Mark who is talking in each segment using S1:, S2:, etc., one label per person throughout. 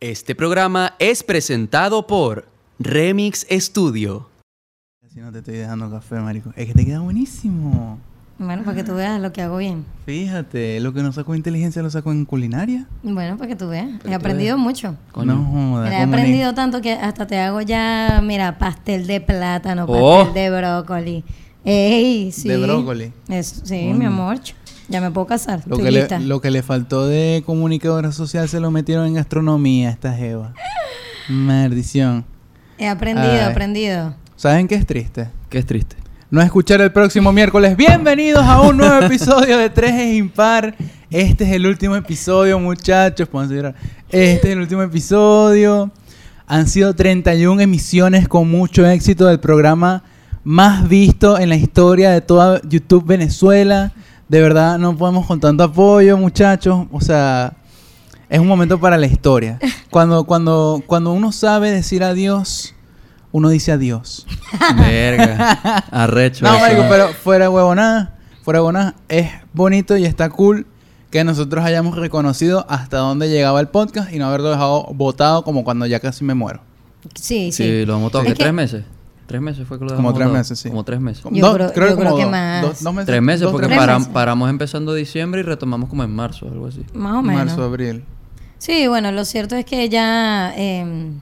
S1: Este programa es presentado por Remix Studio.
S2: Si no te estoy dejando café, marico. Es que te queda buenísimo.
S3: Bueno, para que tú veas lo que hago bien.
S2: Fíjate, lo que no sacó en inteligencia lo sacó en culinaria.
S3: Bueno, para que tú veas. he aprendido mucho.
S1: Coño.
S2: No joda,
S3: Mira, he
S2: cómo ni-
S3: aprendido tanto que hasta te hago ya, mira, pastel de plátano,
S1: Oh.
S3: pastel de brócoli. Ey, sí.
S2: De brócoli.
S3: Es- sí, mi amor. Ya me puedo casar.
S2: Lo
S3: estoy
S2: que, le,
S3: lista.
S2: lo que le faltó de comunicadora social se lo metieron en gastronomía a esta jeva. Maldición.
S3: He aprendido, he
S2: Ay.
S3: aprendido.
S2: ¿Saben qué es triste?
S1: Que es triste.
S2: No escuchar el próximo miércoles. Bienvenidos a un nuevo episodio de Tres es Impar. Este es el último episodio, muchachos. Pónganse a llorar. Este es el último episodio. Han sido 31 emisiones con mucho éxito del programa más visto en la historia de toda YouTube Venezuela. De verdad, no podemos con tanto apoyo, muchachos. O sea, es un momento para la historia. Cuando, cuando, cuando uno sabe decir adiós, uno dice adiós.
S1: Verga. Arrecho.
S2: No,
S1: eso.
S2: marico, pero fuera de huevonada, fuera de huevonada, es bonito y está cool que nosotros hayamos reconocido hasta dónde llegaba el podcast y no haberlo dejado botado como cuando ya casi me muero.
S3: Sí, sí.
S1: Sí, lo hemos
S3: Es que-
S1: tocado. ¿Tres meses? ¿Tres meses fue que lo
S2: Como
S1: dejamos
S2: tres
S1: botado?
S2: meses, sí.
S1: Como tres meses.
S3: Yo creo- yo creo que más.
S2: meses.
S1: Tres meses,
S2: dos,
S1: porque
S2: tres
S3: para-
S1: param-
S2: meses.
S1: paramos empezando diciembre y retomamos como en marzo, algo así.
S3: Más o menos.
S2: Marzo, abril.
S3: Sí, bueno, lo cierto es que ya... em,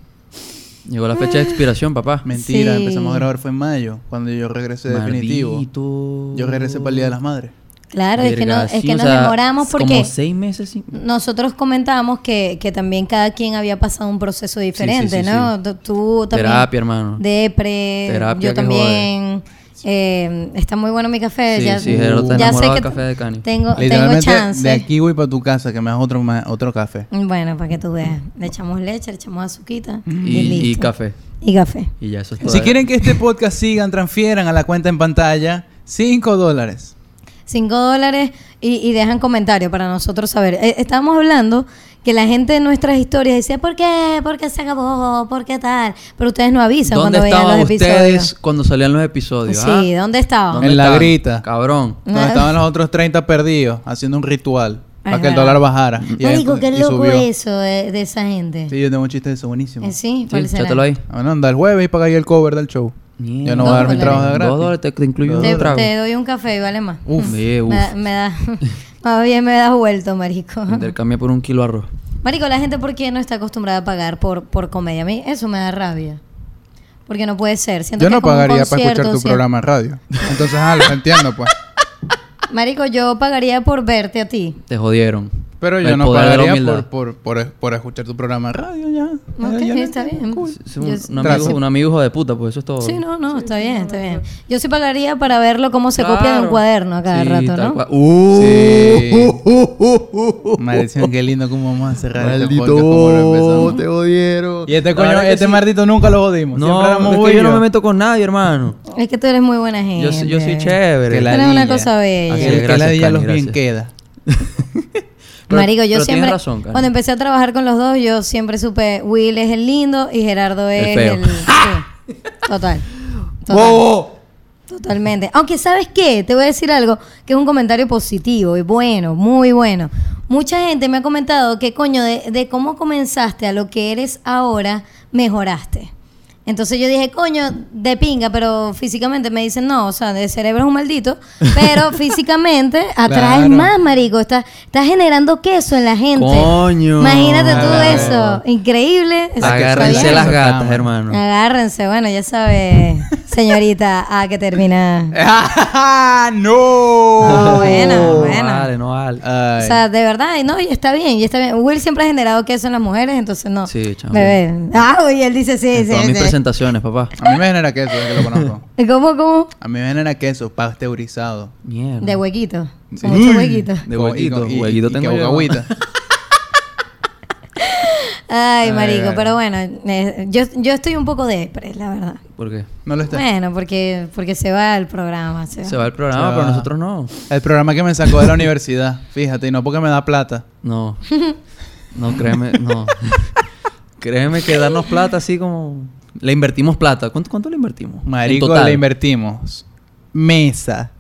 S1: Llegó la
S3: Mm.
S1: fecha de expiración, papá.
S2: Mentira,
S3: Sí.
S2: empezamos a grabar fue en mayo, cuando yo regresé definitivo.
S1: Maldito.
S2: Yo regresé para el Día de las Madres.
S3: claro, es que, no,
S1: Verga,
S3: es
S1: sí,
S3: que
S1: o
S3: nos
S1: sea,
S3: demoramos porque...
S1: Como seis meses sin...
S3: Nosotros comentamos que, que también cada quien había pasado un proceso diferente,
S1: sí, sí,
S3: ¿no?
S1: sí.
S3: Tú- Tú también.
S1: Terapia, hermano.
S3: Depre.
S1: Terapia
S3: yo
S1: que
S3: también. Eh, está muy bueno mi café.
S1: Sí,
S3: ya,
S1: sí, Gerardo está
S3: ya sé
S1: enamorado
S3: que
S1: del café de Cani.
S3: Tengo, tengo
S2: Literalmente,
S3: chance.
S2: de aquí voy para tu casa, que me das otro, ma- otro café.
S3: Bueno, para que tú veas. Le echamos leche, le echamos azuquita y,
S1: Y, y
S3: Mm. listo.
S1: café.
S3: Y café.
S1: Y ya eso es todo.
S2: Si quieren que este podcast sigan, transfieran a la cuenta en pantalla 5 dólares.
S3: Cinco dólares y, y dejan comentario para nosotros saber. Eh, estábamos hablando que la gente en nuestras historias decía, ¿por qué? ¿Por qué se acabó? ¿Por qué tal? Pero ustedes no avisan
S1: ¿Dónde
S3: cuando veían los
S1: estaban ustedes
S3: episodios.
S1: cuando salían los episodios? ah?
S3: Sí, ¿dónde estaban?
S1: ¿Dónde
S2: En la
S1: estaban?
S2: grita.
S1: Cabrón.
S2: Donde
S3: Ah.
S2: estaban los otros 30 perdidos haciendo un ritual para
S3: Es
S2: que el
S3: verdad.
S2: dólar bajara. Y
S3: Marico,
S2: ahí-
S3: qué
S2: y
S3: loco
S2: subió.
S3: eso de, de esa gente.
S2: Sí, yo tengo un chiste de eso, buenísimo.
S3: Eh, sí,
S1: Sí,
S3: ¿cuál será?
S1: échatelo ahí.
S2: Bueno, anda el jueves y paga ahí el cover del show. Yo no voy a dar mi
S3: Dos
S2: trabajo de gratis.
S1: Dos dólares te, te incluyo
S3: Te,
S1: un trago.
S3: te doy un café y vale más.
S1: Uf, eh, uf.
S3: Me da, me da- más bien me das vuelto, marico.
S1: Intercambia por un kilo de arroz.
S3: Marico, la gente por qué no está acostumbrada a pagar por, por comedia. A mí eso me da rabia. Porque no puede ser. Siento
S2: Yo
S3: que
S2: no
S3: es como un
S2: pagaría para escuchar
S3: concierto,
S2: tu
S3: sí.
S2: programa en radio. Entonces, ah, lo entiendo, pues.
S3: Marico, yo pagaría por verte a ti.
S1: Te jodieron.
S2: Pero
S1: El
S2: yo no
S1: poder de la
S2: pagaría
S1: humildad.
S2: por, por, por, por escuchar tu programa en radio ya.
S3: Ok,
S2: Ya, ya, ya.
S3: está bien.
S1: Es
S3: Yo-
S1: un, un amigo,
S2: Gracias.
S1: un amigo hijo de puta, pues eso es todo.
S3: Sí, no, no, está bien, está bien. Yo sí pagaría para verlo cómo se copia de un
S1: Claro.
S3: cuaderno a cada
S1: Sí,
S3: rato,
S1: tal
S3: ¿no?
S1: cual. Uh,
S2: Sí. Maldición, qué lindo cómo vamos a cerrar este podcast como lo empezamos.
S4: te odieron.
S2: Y este
S1: La verdad
S2: coño,
S1: que
S2: este
S1: sí.
S2: maldito nunca lo jodimos. Siempre
S1: No,
S2: éramos
S1: es
S2: vos y
S1: que yo no
S2: yo.
S1: me meto con nadie, hermano.
S3: Es que tú eres muy buena gente.
S1: Yo, soy- yo soy chévere.
S2: Que la-
S3: Eres una
S2: ladilla.
S3: cosa bella.
S1: Así es,
S2: Que
S1: gracias,
S2: la de ella
S1: Cani,
S2: los bien
S1: gracias.
S2: queda.
S1: Pero-
S3: Marico, yo
S1: pero tienes
S3: siempre.
S1: razón, Cani.
S3: cuando empecé a trabajar con los dos, yo siempre supe Will es el lindo y Gerardo
S1: El
S3: es
S1: feo.
S3: el. sí. Total. Total. Totalmente. Aunque, ¿sabes qué? Te voy a decir algo que es un comentario positivo y bueno, muy bueno. Mucha gente me ha comentado que, coño, de, de cómo comenzaste a lo que eres ahora, mejoraste. Entonces yo dije, coño, de pinga, pero físicamente me dicen, no, o sea, de cerebro es un maldito, pero físicamente atraes
S2: Claro.
S3: más, marico. Estás estás generando queso en la gente.
S1: Coño.
S3: Imagínate tú
S1: Claro.
S3: eso. Increíble. Eso está
S1: Agárrense
S3: bien.
S1: las
S2: Esa
S1: gatas,
S2: cámara.
S1: hermano.
S3: Ah, Agárrense, bueno, ya sabe, señorita, ah, que termina.
S2: ¡No!
S3: Ah, bueno,
S1: No
S3: bueno.
S1: vale, no vale.
S3: O sea, de verdad, y no, y está bien, y está bien. Will siempre ha generado que son las mujeres, entonces no.
S1: Sí, chamo.
S3: Bebé. Ah, y él dice sí,
S1: En todas mis
S3: sí, sí.
S1: presentaciones, papá.
S2: a mí me genera queso, desde que lo conozco.
S3: ¿Cómo, cómo?
S2: A mí me genera queso pasteurizado.
S1: Mierda.
S3: De huequito.
S2: Mm.
S3: Con mucho huequito.
S1: De
S2: Con-
S1: huequito,
S2: y con- y-
S1: huequito
S2: y
S1: tengo
S2: que
S1: yo.
S2: agüita.
S3: Ay, marico,
S2: ay.
S3: pero bueno, eh, yo, yo estoy un poco depre, la verdad.
S1: ¿Por qué?
S2: No lo está.
S3: Bueno, porque, porque se va el programa. Se va.
S1: Se va el programa,
S2: Se
S1: pero
S2: va.
S1: nosotros no.
S2: El programa que me sacó de la universidad, fíjate, y no porque me da plata.
S1: No. No, créeme, no. créeme que darnos plata así como... Le invertimos plata. ¿Cuánto, cuánto le invertimos? En
S2: Marico,
S1: total.
S2: le invertimos. Mesa.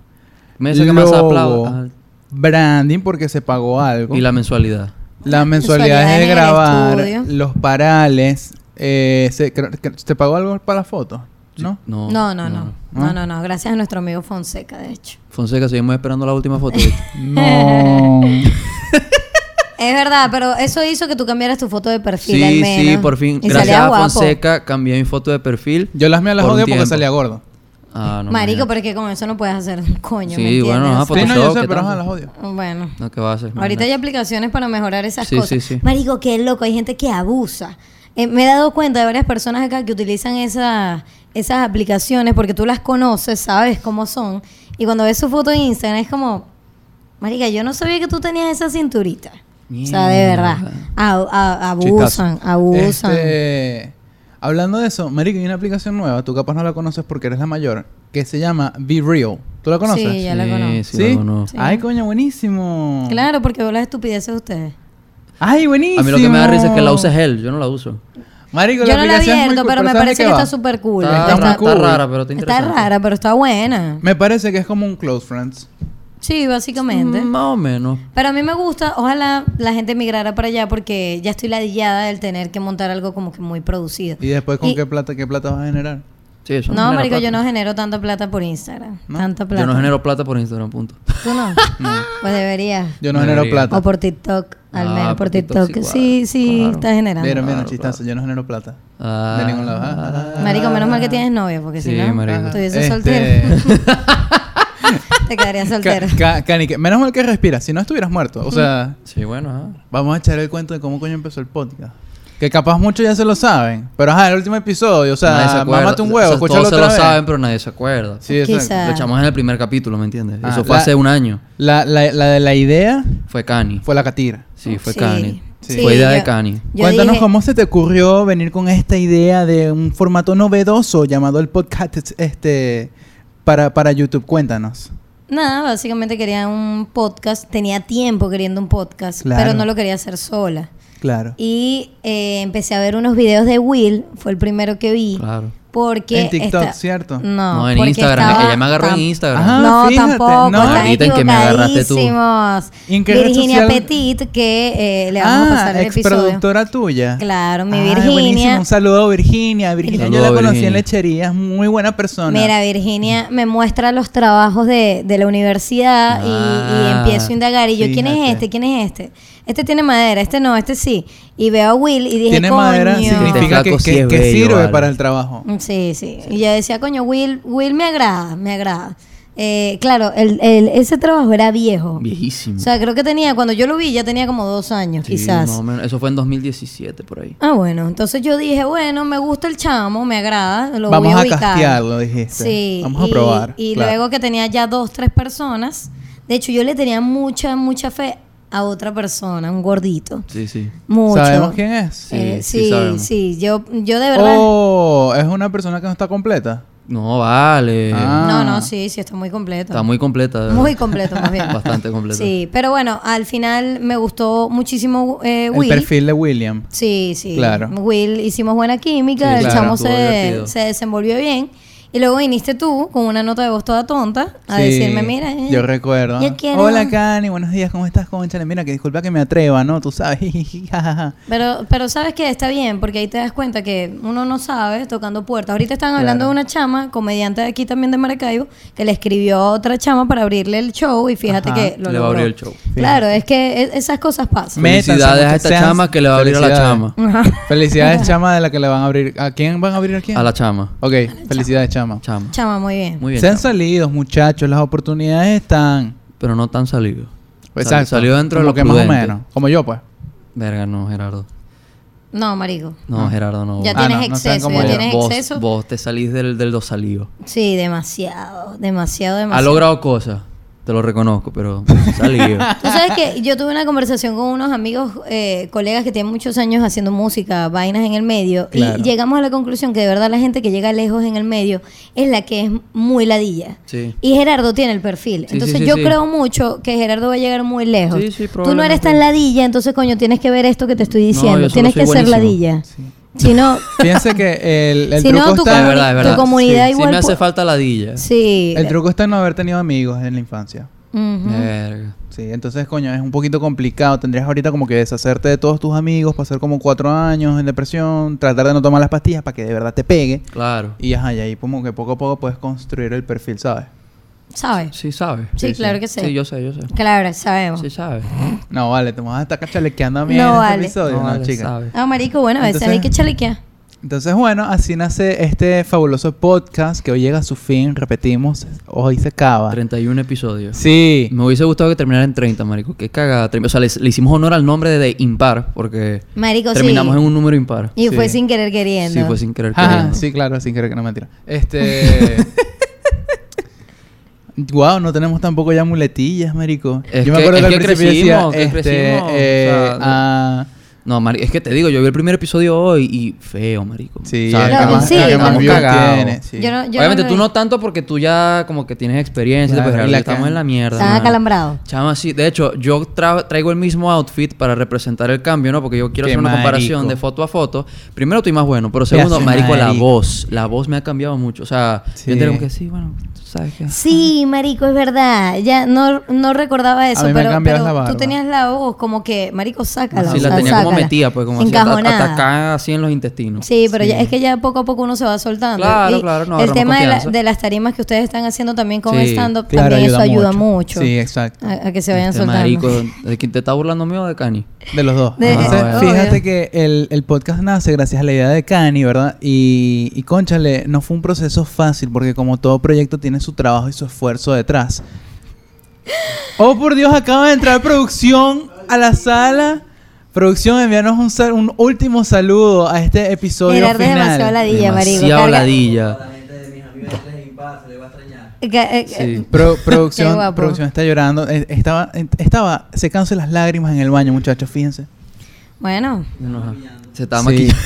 S1: Mesa que más
S2: logo,
S1: aplauda.
S2: Branding porque se pagó algo.
S1: Y Ah, la mensualidad.
S2: Las
S3: mensualidades
S2: mensualidades de
S3: en el
S2: grabar,
S3: estudio.
S2: los parales. Eh, se, creo que- ¿Te pagó algo para la foto? ¿No?
S1: No,
S3: No, no, no. No,
S2: ¿Ah?
S3: no, no. Gracias a nuestro amigo Fonseca, de hecho.
S1: Fonseca, seguimos esperando la última foto. ¿viste?
S2: No.
S3: Es verdad, pero eso hizo que tú cambiaras tu foto de perfil. al
S1: sí,
S3: menos.
S1: sí, por fin.
S3: Y
S1: Gracias
S3: salía
S1: a
S3: guapo.
S1: Fonseca cambié mi foto de perfil.
S2: Yo las mías las
S1: Por un
S2: odio porque
S1: tiempo.
S2: salía gordo.
S1: Ah,
S3: Marico,
S1: no. imagínate.
S3: pero es que con eso no puedes hacer un coño. ¿me
S1: Sí,
S3: entiendes?
S1: bueno, ajá,
S3: O sea,
S2: Sí, no, yo
S1: Photoshop,
S2: sé,
S1: ¿qué
S2: pero
S1: tanto?
S2: ajá, las odio.
S3: Bueno.
S1: No, ¿qué vas a hacer?
S3: Ahorita
S1: Imagínate.
S3: hay aplicaciones para mejorar esas
S1: Sí,
S3: cosas.
S1: sí, sí.
S3: Marico, qué loco, hay gente que abusa. Eh, me he dado cuenta de varias personas acá que utilizan esa- esas aplicaciones porque tú las conoces, sabes cómo son. Y cuando ves su foto en Instagram es como, Marica, yo no sabía que tú tenías esa cinturita. O sea, de verdad. A- a- abusan,
S2: Chistazo.
S3: abusan.
S2: Este, hablando de eso, Marico, hay una aplicación nueva, tú capaz no la conoces porque eres la mayor, que se llama Be Real. ¿Tú la conoces?
S3: Sí, ya la
S1: Sí,
S3: conozco.
S1: sí la conozco.
S3: Sí.
S2: Ay, coño, buenísimo.
S3: Claro, porque veo las estupideces de ustedes.
S2: Ay, buenísimo.
S1: A mí lo que me da risa es que la uses él, yo no la uso.
S2: Marico,
S3: Yo
S2: la
S3: no la
S2: aplicación es muy
S3: abierto,
S2: cool,
S3: pero me
S2: ¿sabes de
S3: parece
S2: qué
S3: que
S2: va?
S3: está súper cool.
S1: Está,
S2: Ah, Está
S1: está-
S2: muy cool.
S1: está rara, pero
S3: Está
S1: está interesante.
S3: rara, pero está buena.
S2: Me parece que es como un close friends.
S3: Sí, básicamente.
S1: Mm, Más o menos.
S3: Pero a mí me gusta, ojalá la gente migrara para allá porque ya estoy ladillada del tener que montar algo como que muy producido.
S2: Y después con
S3: Y-
S2: qué plata, qué plata vas a generar.
S1: Sí, eso
S3: No,
S1: genera
S3: marico,
S1: plata.
S3: yo no genero tanta plata por Instagram.
S2: ¿No?
S3: Tanta plata.
S1: Yo no genero plata por Instagram, punto.
S3: ¿Tú no? Pues deberías.
S2: Yo no
S1: No
S2: genero
S1: debería.
S2: plata.
S3: O por TikTok, al
S1: Ah,
S3: menos. Por,
S1: por
S3: TikTok.
S1: TikTok
S3: sí,
S1: sí, claro,
S3: sí,
S1: claro.
S3: estás generando.
S2: Mira, mira,
S1: Claro,
S2: chistazo, yo no genero plata.
S1: Ah.
S2: De ningún lado. Ah, ah,
S3: Marico, menos mal que tienes novia, porque si
S1: Sí,
S3: no,
S1: marico.
S3: estuviese
S2: Este-
S3: soltero. Te quedarías soltero.
S2: Ca- ca- canique. Menos mal que respiras, si no estuvieras
S3: Mm.
S2: muerto. O sea,
S1: Sí, bueno, ajá.
S2: vamos a echar el cuento de cómo coño empezó el podcast. Que capaz muchos ya se lo saben. Pero ajá, el último episodio, o
S1: Nadie se
S2: sea,
S1: acuerda.
S2: mámate un
S1: O
S2: huevo,
S1: sea,
S2: escúchalo
S1: Todos se
S2: otra
S1: lo
S2: vez.
S1: saben, pero nadie se acuerda.
S2: Sí, exacto.
S3: Quizá.
S1: Lo echamos en el primer capítulo, ¿me entiendes?
S2: Ah,
S1: Eso fue
S2: la-
S1: hace un año.
S2: La, la, la de la idea
S1: Fue Cani.
S2: fue la catira.
S1: Sí, fue
S3: Sí.
S1: Cani.
S2: Sí.
S1: Fue idea
S3: yo-
S1: de Cani.
S3: yo
S2: Cuéntanos
S3: dije-
S2: cómo se te ocurrió venir con esta idea de un formato novedoso llamado el podcast este para, para YouTube. Cuéntanos.
S3: Nada, básicamente quería un podcast. Tenía tiempo queriendo un podcast,
S2: Claro.
S3: pero no lo quería hacer sola.
S2: Claro.
S3: Y eh, empecé a ver unos videos de Will, fue el primero que vi.
S1: Claro.
S3: Porque
S2: En TikTok,
S3: está-
S2: ¿cierto?
S3: No,
S1: No, en
S3: porque
S1: Instagram.
S3: estaba
S1: Ella me agarró en
S3: tan-
S1: Instagram.
S2: Ajá.
S3: no,
S2: fíjate,
S3: tampoco,
S2: ¿no?
S3: están
S1: Ahorita en que me agarraste tú.
S3: equivocadísimos.
S2: ¿Y en qué red
S3: Virginia
S2: social?
S3: Petit, que eh, le vamos a pasar el episodio.
S2: productora Ah, tuya.
S3: Claro, mi
S2: Ay,
S3: Virginia.
S2: buenísimo. Un saludo, Virginia. Virginia, yo la
S1: Saludo,
S2: conocí
S1: Virginia.
S2: en lechería, es muy buena persona.
S3: Mira, Virginia me muestra los trabajos de, de la universidad y-
S1: Ah,
S3: y, empiezo a indagar. Y yo, ¿quién
S2: fíjate.
S3: es este? ¿Quién es este? Este tiene madera, este no, este sí. Y veo a Will y dije,
S2: Tiene
S3: coño.
S2: madera, significa
S1: Este
S2: que,
S1: flaco sí
S2: que-
S1: es
S2: que
S1: bello,
S2: sirve
S1: vale.
S2: para el trabajo.
S3: Sí, sí, Y yo decía, coño, Will, Will me agrada, me agrada. Eh, claro, el, el- ese trabajo era viejo.
S1: Viejísimo.
S3: O sea, creo que tenía, cuando yo lo vi, ya tenía como dos años,
S1: Sí,
S3: quizás.
S1: más o menos. Eso fue en 2017, por ahí.
S3: Ah, bueno, entonces yo dije, bueno, me gusta el chamo, me agrada, lo
S2: Vamos
S3: voy a
S2: a
S3: ubicar.
S2: castearlo, dijiste.
S3: Sí.
S2: Vamos a
S3: y-
S2: probar,
S3: Y
S2: claro.
S3: luego que tenía ya dos, tres personas. De hecho, yo le tenía mucha, mucha fe a otra persona, un gordito.
S1: Sí, sí.
S3: Mucho.
S2: ¿Sabemos quién es?
S1: Sí,
S3: Eh,
S1: sí
S3: sí, sí,
S1: sabemos.
S3: Yo, yo de verdad.
S2: Oh, es una persona que no está completa.
S1: No, vale.
S2: Ah.
S3: No, no, sí, sí, está muy completo.
S1: Está muy completa. de verdad.
S3: Muy completo, más bien.
S1: Bastante completa.
S3: Sí, pero bueno, al final me gustó muchísimo eh,
S2: El
S3: Will.
S2: perfil de William.
S3: Sí, sí.
S2: Claro.
S3: Will, hicimos buena química,
S1: Sí,
S3: el
S2: claro,
S3: chamo
S1: estuvo
S3: se,
S1: divertido.
S3: se desenvolvió bien. Y luego viniste tú con una nota de voz toda tonta a
S2: Sí,
S3: decirme, mira, eh,
S2: Yo recuerdo.
S3: yo quiero-
S2: Hola, Cani, buenos días, ¿cómo estás, conchale? Mira, que disculpa que me atreva, ¿no? Tú sabes. jajaja.
S3: Pero, pero sabes que está bien, porque ahí te das cuenta que uno no sabe tocando puertas. Ahorita están hablando
S2: Claro.
S3: de una chama, comediante de aquí también de Maracaibo, que le escribió a otra chama para abrirle el show y fíjate
S2: Ajá,
S3: que lo
S1: le va a
S3: logró.
S1: abrir el show.
S3: Claro, es que e- esas cosas pasan.
S2: Me- Métanse,
S1: Felicidades a esta
S2: muchachas.
S1: chama que le va a abrir a la
S2: Felicidades.
S1: chama.
S3: Ajá.
S2: Felicidades, Chama, de la que le van a abrir. ¿A quién van a abrir a quién?
S1: A la chama.
S2: Ok, felicidades, Chama.
S1: Chama.
S3: Chama, muy bien.
S1: Muy bien.
S2: Sean
S1: chama.
S2: salidos, muchachos, las oportunidades están. pues,
S1: Pero no tan salido. Sal-
S2: Exacto.
S1: Salió dentro de
S2: Como
S1: lo
S2: que más o
S1: prudente.
S2: menos. Como yo, pues.
S1: Verga, no, Gerardo.
S3: No, marico.
S1: No, Gerardo, no.
S3: Ya
S1: vos.
S2: Ah,
S3: tienes
S2: no, no sean
S3: exceso,
S2: como
S3: ya
S1: Vos-
S2: yo.
S3: tienes
S1: vos,
S3: exceso.
S1: Vos te salís del, del dos salidos.
S3: Sí, demasiado, demasiado,
S1: Ha
S3: demasiado.
S1: logrado cosas, te lo reconozco, pero salido.
S3: Tú sabes que yo tuve una conversación con unos amigos, eh, colegas que tienen muchos años haciendo música, vainas en el medio,
S2: Claro.
S3: y llegamos a la conclusión que de verdad la gente que llega lejos en el medio es la que es muy ladilla.
S1: Sí.
S3: Y Gerardo tiene el perfil.
S1: Sí,
S3: entonces
S1: sí, sí,
S3: yo
S1: sí.
S3: creo mucho que Gerardo va a llegar muy lejos.
S1: Sí, sí,
S3: Tú no eres tan ladilla, entonces coño, tienes que ver esto que te estoy diciendo.
S1: yo solo
S3: tienes
S1: soy
S3: que ser
S1: buenísimo.
S3: ladilla. Si no,
S2: Piense que el, el
S3: Si no,
S2: truco
S3: tú
S2: está.
S1: Es
S3: comuni-
S1: verdad, es verdad.
S3: tu comunidad
S1: sí,
S3: igual
S1: Sí me hace
S3: pu-
S1: falta ladilla.
S3: sí.
S2: El truco está en no haber tenido amigos en la infancia.
S3: Ujú.
S1: Verga.
S2: Sí, entonces, coño, es un poquito complicado. Tendrías ahorita como que deshacerte de todos tus amigos, pasar como cuatro años en depresión, tratar de no tomar las pastillas para que de verdad te pegue.
S1: Claro.
S2: Y ajá, y ahí como que poco a poco puedes construir el perfil, ¿sabes?
S3: ¿Sabes?
S1: Sí, sabes.
S3: Sí,
S2: sí,
S3: claro
S2: sí.
S3: que sí.
S1: Sí, yo sé, yo sé.
S3: Claro, sabemos.
S1: Sí, sabes.
S2: No, vale, te vas a estar cachalequeando a mí
S3: No
S2: en este
S3: vale.
S2: episodio, no,
S1: vale,
S2: chica.
S1: sabes.
S3: Ah, marico, bueno, a veces
S2: Entonces-
S3: hay que chalequear.
S2: Entonces, bueno, así nace este fabuloso podcast que hoy llega a su fin, repetimos, hoy se acaba.
S1: 31 episodios.
S2: Sí.
S1: Me hubiese gustado que terminara en 30, marico. Qué cagada. Tre- O sea, les- le, hicimos honor al nombre de, impar porque
S3: Marico, sí.
S1: terminamos en un número impar.
S3: Y
S2: Sí.
S3: fue sin querer queriendo.
S1: Sí, fue sin querer.
S2: Ajá,
S1: queriendo.
S2: sí, claro, sin querer que no mentira. Este. Wow, no tenemos tampoco ya muletillas, marico.
S1: Es
S2: Yo me
S1: que-
S2: acuerdo
S1: es
S2: que, al
S1: que
S2: principio decía,
S1: crecimos, que
S2: este,
S1: crecimos, o
S2: eh,
S1: sea,
S2: ah,
S1: No, mari- es que te digo, yo vi el primer episodio hoy y feo, marico.
S2: sí,
S1: O sea,
S2: el que
S3: claro,
S2: más,
S3: sí.
S2: el que
S1: estamos
S2: más views
S1: cagados.
S2: tiene, sí.
S3: Yo no, yo
S1: Obviamente
S3: no
S1: tú
S3: lo-
S1: no tanto porque tú ya como que tienes experiencia,
S2: Claro,
S1: pero
S2: y la
S1: estamos
S2: can-
S1: en la mierda.
S3: Estás
S1: mano.
S3: acalambrado.
S1: Chama, sí. De hecho, yo tra- traigo el mismo outfit para representar el cambio, ¿no? Porque yo quiero
S2: Qué
S1: hacer una comparación
S2: marico.
S1: de foto a foto. Primero estoy más bueno, pero
S2: Te
S1: segundo,
S2: hace
S1: marico, la
S2: marico.
S1: voz. La voz me ha cambiado mucho. O sea,
S2: Sí.
S1: yo tengo como que sí, bueno, tú sabes que...
S3: Sí, marico, es verdad. Ya no, no recordaba eso,
S2: A mí me ha
S3: pero,
S2: cambiado
S3: pero
S2: la barba.
S3: tú tenías la voz como que, marico, sácala.
S1: Sí,
S3: o
S1: la
S3: sea,
S1: tenía como
S3: sácala.
S1: metida, pues como así, at-
S3: encajonada.
S1: atacada así en los intestinos.
S3: Sí, pero Ya, es que ya poco a poco uno se va soltando.
S1: Claro,
S3: Y
S1: claro, no,
S3: El
S1: agarramos
S3: tema de, la-
S1: confianza.
S3: de las tarimas que ustedes están haciendo también con
S1: Sí,
S3: stand-up,
S2: Claro,
S3: también eso ayuda mucho,
S2: Sí, exacto.
S3: a, a que se vayan
S1: Este
S3: soltando.
S1: marico, ¿de quién te está burlando mío o de Cani?
S2: De los dos.
S3: De-
S2: Entonces,
S1: Ah, bueno.
S2: fíjate
S3: Obvio.
S2: que el, el podcast nace gracias a la idea de Cani, ¿verdad? Y, y conchale, no fue un proceso fácil porque como todo proyecto tiene su trabajo y su esfuerzo detrás. Oh, por Dios, acaba de entrar producción a la sala. Producción, envíanos un, sal- un último saludo a este episodio
S3: Gerardo es
S2: final.
S3: demasiado ladilla, marico.
S1: Demasiado
S3: carga-
S1: ladilla.
S3: ca- eh,
S1: Sí.
S2: Pro-
S3: Qué
S2: producción,
S3: guapo.
S2: producción está llorando. Eh, Estaba, estaba secándose las lágrimas en el baño, muchachos, fíjense.
S3: Bueno,
S1: No, ajá. Se estaba Mm.
S2: Sí.
S1: maquillando.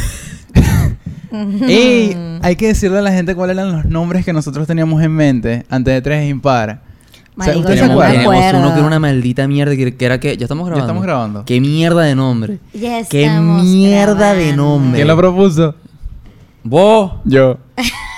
S2: Y hay que decirle a la gente cuáles eran los nombres que nosotros teníamos en mente antes de tres impar. O sea,
S3: Marico,
S2: ¿ustedes
S3: yo
S2: se
S3: no me
S2: acuerdan?
S3: acuerdo.
S1: Teníamos uno que era una maldita mierda que, que era que ya estamos grabando.
S2: estamos grabando.
S1: Qué mierda de nombre.
S3: ya estamos
S1: Qué mierda de
S3: grabando.
S1: nombre.
S2: ¿Quién lo propuso?
S1: Vos.
S2: Yo.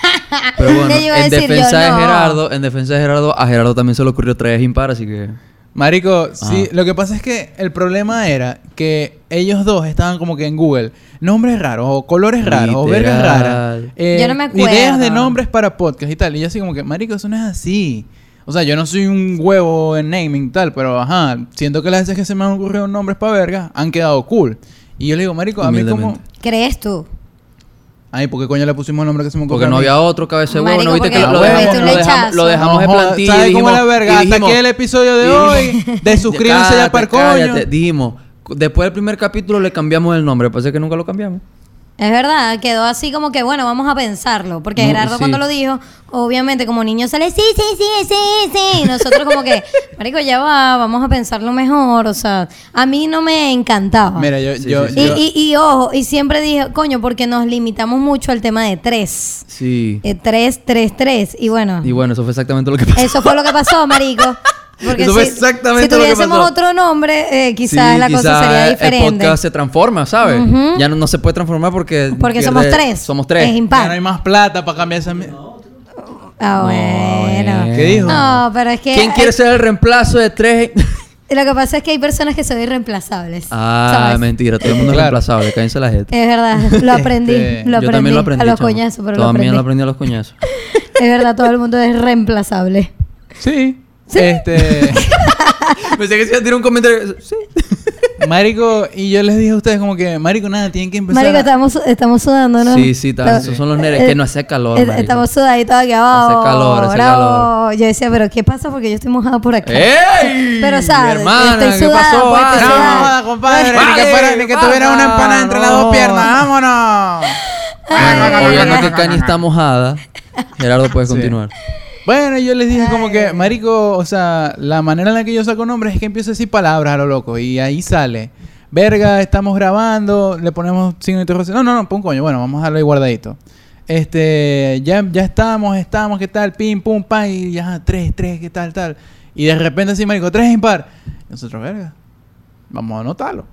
S1: Pero bueno,
S3: Ya yo iba a
S1: en
S3: decir,
S1: defensa
S3: yo
S1: de
S3: no.
S1: Gerardo, en defensa de Gerardo, a Gerardo también se le ocurrió tres impar, así que
S2: Marico, sí, lo que pasa es que el problema era que ellos dos estaban como que en Google. Nombres raros, o colores raros, o vergas
S1: Literal.
S2: raras. eh,
S3: Yo no me acuerdo.
S2: Ideas de nombres para podcast y tal. Y yo así como que, marico, eso no es así. O sea, yo no soy un huevo en naming y tal, pero ajá, siento que las veces que se me han ocurrido nombres para vergas han quedado cool. Y yo le digo, marico, a mí como...
S1: Humildemente.
S3: ¿Crees tú?
S2: Ay, ¿por qué coño le pusimos el nombre que se me ocurrió?
S1: porque no
S2: a mí?
S1: había otro cabeza de huevo,
S3: Marico,
S1: no viste
S3: porque
S1: que lo, lo
S2: le metiste
S1: dejamos, lo
S2: un
S1: dejamos,
S3: lechazo.
S1: lo dejamos de
S2: No joda,
S1: plantilla.
S2: ¿Sabes
S1: y
S2: cómo la
S1: dijimos- y
S2: verga? Hasta
S1: dijimos-
S2: aquí el episodio de
S1: dijimos-
S2: hoy. De suscríbanse ya
S1: Cállate,
S2: para
S1: cállate.
S2: coño.
S1: Dijimos, cu- después del primer capítulo le cambiamos el nombre, parece que nunca lo cambiamos.
S3: Es verdad, quedó así como que, bueno, vamos a pensarlo. Porque
S1: Mu-
S3: Gerardo
S1: sí.
S3: cuando lo dijo, obviamente como niño sale, sí, sí, sí, sí, sí. Y nosotros como que, marico, ya va, vamos a pensarlo mejor. O sea, a mí no me encantaba.
S2: Mira, yo...
S1: Sí,
S2: yo,
S1: sí,
S3: y,
S1: sí.
S2: yo-
S3: y, y ojo, y siempre dije, coño, porque nos limitamos mucho al tema de tres.
S1: Sí.
S3: Eh, tres, tres, tres. Y bueno,
S1: Y bueno, eso fue exactamente lo que pasó.
S3: eso fue lo que pasó, marico. Porque
S1: Eso fue
S3: si,
S1: exactamente
S3: si
S1: lo que
S3: tuviésemos
S1: pasó.
S3: otro nombre, eh, quizás
S1: Sí,
S3: la cosa
S1: quizá
S3: sería diferente.
S1: El podcast se transforma, ¿sabes? Ya no, no se puede transformar porque.
S3: Porque
S1: pierde-
S3: somos tres.
S1: Somos tres.
S3: Es
S2: ya no
S3: impar.
S2: hay más plata para cambiar esa... mi-
S3: Ah, bueno.
S1: bueno.
S2: ¿Qué dijo?
S3: No, pero es que.
S1: ¿Quién quiere
S3: eh,
S1: ser el reemplazo de tres?
S3: Lo que pasa es que hay personas que se ven reemplazables.
S1: ah,
S3: ¿sabes?
S1: mentira, todo el mundo es
S2: Claro.
S1: reemplazable, cállense la gente.
S3: Es verdad, lo aprendí.
S2: Este,
S3: lo, aprendí
S1: Yo también lo aprendí.
S3: A los
S1: chamo.
S3: coñazos, pero lo aprendí.
S1: También lo aprendí a los coñazos.
S3: Es verdad, todo el mundo es reemplazable.
S2: Sí. Este...
S1: Pensé que se iba a tirar un comentario. Sí.
S2: Marico, y yo les dije a ustedes como que, Marico, nada, tienen que empezar.
S3: Marico,
S2: a-
S3: estamos, estamos sudando, ¿no?
S1: Sí, sí, también,
S3: Lo-
S1: esos son los nervios,
S3: eh,
S1: que no hace calor,
S3: eh,
S1: marico.
S3: Estamos sudaditos aquí abajo.
S1: Hace calor, hace calor.
S3: Yo decía, pero ¿qué pasa? Porque yo estoy mojada por acá.
S1: ¡Ey!
S3: Pero, ¿sabes?
S1: Mi hermana,
S3: Estoy
S1: ¿qué
S3: sudada,
S1: pasó?
S3: pues, estoy
S2: No,
S3: sudada.
S1: Ah,
S2: joda, compadre, ni
S1: Vale,
S2: que, fuera, ni que tuviera una
S1: vale,
S2: empanada entre las dos
S1: no.
S2: piernas, vámonos.
S1: Bueno, obviando que Cani está mojada, Gerardo, puedes
S2: Sí.
S1: continuar.
S2: Bueno, yo les dije como que, marico, o sea, la manera en la que yo saco nombres es que empiezo a decir palabras a lo loco y ahí sale. Verga, estamos grabando, le ponemos signo de interrogación. No, no, no, pon coño, bueno, vamos a dejarlo ahí guardadito. Este, ya, ya estamos, estamos, ¿qué tal? Pim, pum, pam, y ya, tres, tres, ¿qué tal, tal? Y de repente así, marico, tres impar. Nosotros, verga, vamos a anotarlo.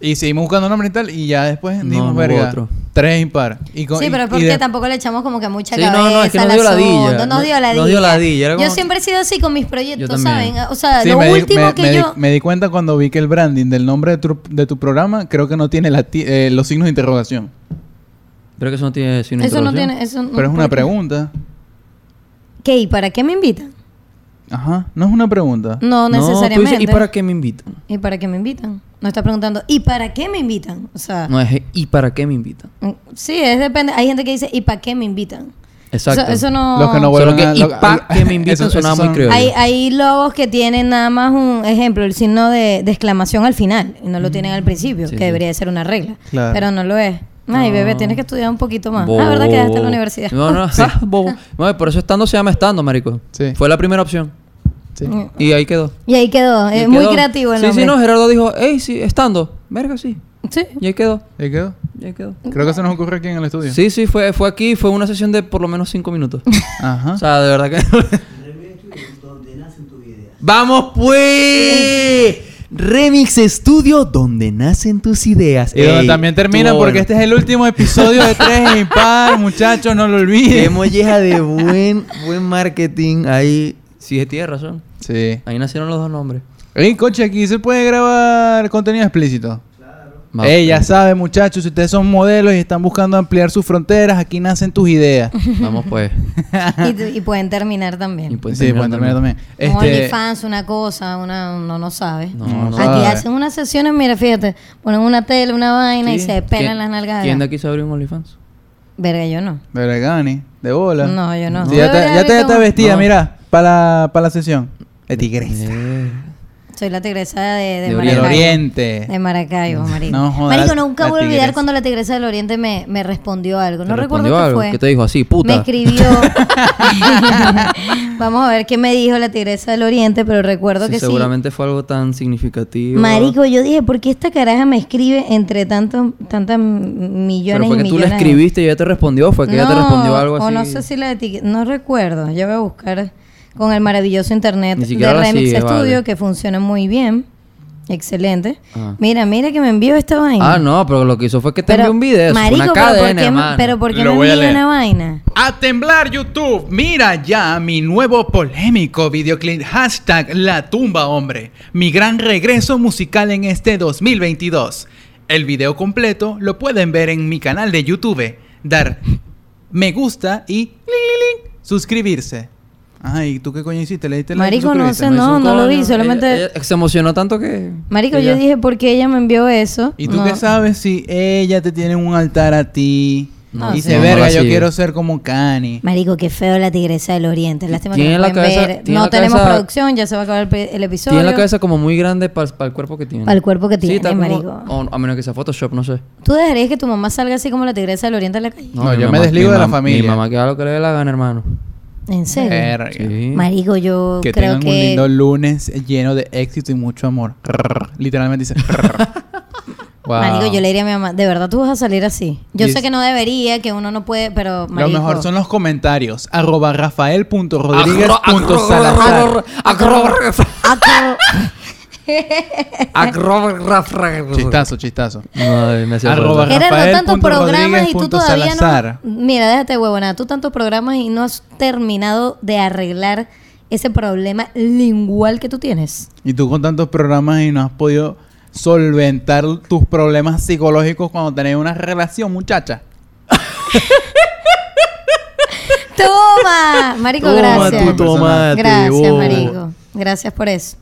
S2: Y seguimos buscando nombres y tal, y ya después
S1: No,
S2: dimos
S1: no hubo
S2: verga.
S1: otro.
S2: Tres impar. Y con-
S3: Sí,
S2: y-
S3: pero es
S2: y
S3: porque
S2: de-
S3: tampoco le echamos como que mucha
S1: Sí,
S3: cabeza.
S1: no, no, es que nos
S3: al
S1: dio ladilla.
S3: asunto, Nos
S1: No-
S3: dio ladilla.
S1: nos dio ladilla, era
S3: Yo
S1: como-
S3: siempre he sido así con mis proyectos,
S1: Yo también.
S3: ¿saben? O sea,
S2: Sí,
S3: lo
S2: me di-
S3: último
S2: me-
S3: que
S2: me di-
S3: yo...
S2: me di cuenta cuando vi que el branding del nombre de tu, de tu programa creo que no tiene la ti- eh, los signos de interrogación.
S1: Creo que eso no tiene signo de
S3: eso no
S1: interrogación.
S3: tiene... Eso no-
S2: Pero es una
S3: Mm, ¿por qué?
S2: pregunta.
S3: ¿Qué? ¿Y para qué me invitan?
S2: Ajá, Ah. no es una pregunta.
S3: No,
S1: No, tú dices,
S3: necesariamente.
S1: ¿y para qué me invitan?
S3: ¿Y para qué me invitan? No está preguntando, ¿y para qué me invitan? O sea,
S1: No es ¿y para qué me invitan?
S3: mm, sí, es depende. Hay gente que dice, ¿y para qué me invitan? Eso-
S1: Exacto.
S3: Eso, no...
S2: Los que no
S1: Solo
S2: vuelven
S1: que
S2: a-
S1: y
S2: lo-
S1: pa' que me invitan
S2: esos-
S1: sonaba
S2: esos
S1: muy
S2: son-
S1: criollo.
S3: Hay, hay logos que tienen nada más un ejemplo, el signo de, de exclamación al final, y no lo tienen al principio,
S1: Mm. Sí,
S3: que
S1: sí.
S3: debería de ser una regla.
S2: Claro.
S3: Pero no lo es. Ay,
S1: No.
S3: bebé, tienes que estudiar un poquito más.
S1: Bobo,
S3: Ah, ¿verdad que dejaste
S1: bobo.
S3: la universidad?
S1: No, no, ah, bobo. No, por eso estando se llama estando, marico.
S2: Sí.
S1: Fue la primera opción.
S2: Sí.
S1: Y ahí quedó.
S3: Y ahí quedó.
S1: Y
S3: Es
S1: ahí
S3: Eh, muy
S1: quedó.
S3: creativo el
S1: Sí,
S3: nombre.
S1: sí, no, Gerardo dijo, hey, sí, estando. Verga, sí.
S3: Sí.
S1: Y ahí quedó.
S2: ¿Y quedó?
S1: Y ahí quedó.
S2: Creo que se nos ocurre aquí en el estudio.
S1: Sí, sí, fue, fue aquí, fue una sesión de por lo menos cinco minutos.
S2: Ajá.
S1: O sea, de verdad que. ¡Vamos pues! Remix Studio, donde nacen tus ideas.
S2: y donde
S1: Ey,
S2: también termina
S1: estuvo
S2: porque
S1: bueno.
S2: este es el último episodio de Tres Impar, muchachos, no lo
S1: Qué
S2: olviden.
S1: molleja de buen, buen marketing. Ahí sí, tienes razón.
S2: Sí.
S1: Ahí nacieron los dos nombres.
S2: Ey, coche, aquí se puede grabar contenido explícito.
S1: Vamos.
S2: Ey, ya saben, muchachos, si ustedes son modelos y están buscando ampliar sus fronteras, aquí nacen tus ideas.
S1: Vamos pues.
S3: Y, y pueden terminar
S1: Y
S3: también.
S1: pueden
S2: Pues sí, pueden
S1: terminar
S2: terminar también.
S3: Un
S2: Este,
S3: OnlyFans, una cosa, una, uno no sabe.
S2: No,
S1: No, no,
S2: no.
S3: Aquí
S2: sabe.
S3: hacen unas sesiones, mira, fíjate, ponen una tele, una vaina y
S1: Sí.
S3: se pelan
S1: ¿Quién-
S3: las nalgas.
S1: ¿Quién de aquí se abrió un OnlyFans?
S3: Verga, yo no.
S2: verga, Gani, de bola.
S3: No, yo no.
S2: Sí, ya
S3: Yo
S2: te,
S3: debería
S2: ya te-
S3: abrirte
S2: ya te
S3: un-
S2: vestida,
S1: No.
S2: mira, para la, pa' la sesión. De tigresa.
S1: Eh,
S3: Soy la tigresa de, de
S1: De
S2: Del
S1: Oriente.
S3: Maracaibo.
S2: oriente.
S1: Eh,
S3: De Maracaibo, Marico.
S2: No jodas,
S3: marico, nunca
S2: la
S3: voy a olvidar
S2: tigresa.
S3: cuando la tigresa del Oriente me, me respondió algo.
S1: ¿te
S3: No recuerdo
S1: respondió
S3: qué
S1: algo?
S3: fue.
S1: ¿Qué te dijo así, puta?
S3: Me escribió. Vamos a ver qué me dijo la tigresa del Oriente, pero recuerdo
S1: Sí,
S3: que
S1: seguramente fue algo tan significativo.
S3: sí. Marico, yo dije, ¿por qué esta caraja me escribe entre tantos tantas
S1: Pero
S3: millones
S1: fue
S3: y
S1: que tú le
S3: millones? de-
S1: escribiste y ella te respondió, fue que ella te respondió algo así.
S3: O no sé si la etiqueta. No recuerdo. Ya voy a buscar con el maravilloso internet
S1: Ni
S3: de
S1: siquiera la
S3: Remix
S1: sigue,
S3: Studio
S1: vale.
S3: que funciona muy bien. Excelente.
S1: Ah.
S3: Mira, mira que me envió esta vaina.
S1: Ah, no, pero lo que hizo fue que te
S3: Pero,
S1: envió un video. eso fue
S3: Marico,
S1: una
S3: pero,
S1: cadena,
S3: ¿por qué,
S1: hermano.
S3: pero ¿por qué
S2: Lo
S3: me
S2: voy a
S3: envía
S2: leer.
S3: una vaina?
S2: A temblar YouTube, mira ya mi nuevo polémico videoclip hashtag La tumba hombre, mi gran regreso musical en este 2022. El video completo lo pueden ver en mi canal de YouTube, dar me gusta y ling, ling, ling, suscribirse. Ay, ¿tú qué coño hiciste? ¿Le diste like y
S3: Marico, no
S2: suscribiste?
S3: sé,
S1: hizo
S3: no,
S1: un
S3: no lo
S1: coño.
S3: vi, solamente-
S1: Ella- ella se emocionó tanto que.
S3: Marico,
S1: que
S3: yo
S1: ya.
S3: dije, ¿por qué ella me envió eso?
S2: ¿Y tú
S3: No.
S2: qué sabes si ella te tiene un altar a ti?
S1: No,
S2: Dice,
S1: sí. No, no
S2: verga,
S1: la
S2: yo
S1: sigue.
S2: quiero ser como Cani.
S3: Marico, qué feo la tigresa del oriente. Lástima que
S1: Tiene
S3: no
S1: la
S3: pueden
S1: cabeza-
S3: ver.
S1: tiene
S3: No
S1: la
S3: tenemos
S1: cabeza-
S3: producción, ya se va a acabar el, pe- el episodio.
S1: Tiene la cabeza como muy grande para el cuerpo que tiene.
S3: Pa'l cuerpo que
S1: Sí,
S3: tiene,
S1: está como-
S3: marico.
S1: o- a menos que sea Photoshop, no sé.
S3: ¿Tú dejarías que tu mamá salga así como la tigresa del oriente a la calle?
S2: No, yo me desligo
S1: mi
S2: de la
S1: mam-
S2: familia.
S1: Mi mamá que haga lo que le dé la gana, hermano.
S3: ¿En serio?
S2: Verga.
S1: Sí.
S3: Marico, yo
S2: Que
S3: creo
S2: tengan un
S3: que...
S2: lindo lunes lleno de éxito y mucho amor. Rrr. Literalmente dice. rrr. Wow.
S3: Marico, yo le diría a mi mamá, de verdad tú vas a salir así. Yo
S2: Y
S3: sé
S2: es-
S3: que no debería, que uno no puede, pero marico...
S2: Lo mejor son los comentarios. Arroba
S1: Salazar.
S2: rafael.rodríguez.salazar. Chistazo, chistazo.
S1: Ay, me hacía
S2: Arroba
S1: falta.
S2: Rafael
S3: Gerardo, tantos
S2: punto
S3: programas y tú
S2: Rodríguez punto
S3: todavía
S2: Salazar.
S3: no... Mira, déjate de huevonada. Tú tantos programas y no has terminado de arreglar ese problema lingual que tú tienes.
S2: Y tú con tantos programas y no has podido solventar tus problemas psicológicos cuando tenés una relación, muchacha.
S3: ¡Toma! Marico,
S1: Toma
S3: gracias.
S1: tu tomate,
S3: gracias,
S1: bobo.
S3: marico. Gracias por eso.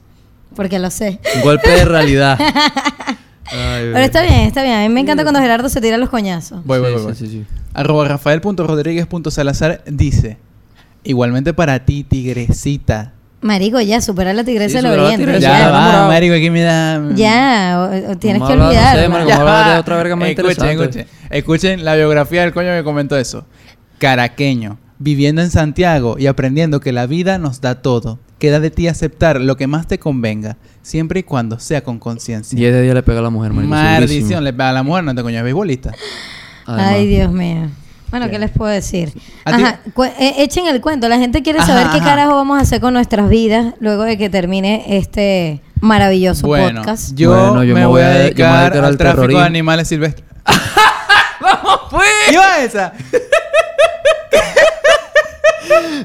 S3: Porque lo sé.
S1: Un golpe de realidad. Ay,
S3: Pero está bien, está bien. A mí me encanta cuando Gerardo se tira los coñazos.
S2: Voy, voy,
S1: Sí,
S2: voy.
S1: sí,
S2: voy.
S1: sí, sí.
S2: Arroba rafael.rodríguez.salazar dice: Igualmente para ti, tigrecita.
S3: Marico, ya, supera la tigresa
S1: Sí,
S3: del
S1: supera la
S3: oriente.
S1: tigreza.
S2: Ya,
S1: Ya,
S2: va,
S1: enamorado.
S2: marico, aquí me da...
S3: Ya, o- o tienes
S1: Vamos
S3: que
S1: a hablar, no sé,
S3: olvidar.
S1: marico,
S2: Ya
S1: vamos a hablar
S2: va.
S1: de otra verga más
S2: escuchen,
S1: interesante.
S2: escuchen, escuchen la biografía del coño que comentó eso. Caraqueño, viviendo en Santiago y aprendiendo que la vida nos da todo. Queda de ti aceptar lo que más te convenga, siempre y cuando sea con conciencia.
S1: 10 de 10 le pega a la mujer, marico.
S2: Maldición, le pega a la mujer, no te coño, es beisbolista.
S1: Además.
S3: Ay, Dios mío. Bueno, ¿qué les puedo decir?
S2: A ti-
S3: Ajá, cu- eh, echen el cuento. La gente quiere
S2: Ajá,
S3: saber qué
S2: ajá.
S3: carajo vamos a hacer con nuestras vidas luego de que termine este maravilloso
S2: Bueno,
S3: podcast.
S2: yo,
S1: Bueno, yo
S2: me voy a dedicar, al, tráfico
S1: terrorismo.
S2: de animales silvestres.
S1: ¡Vamos, pues!
S2: ¡Iba esa!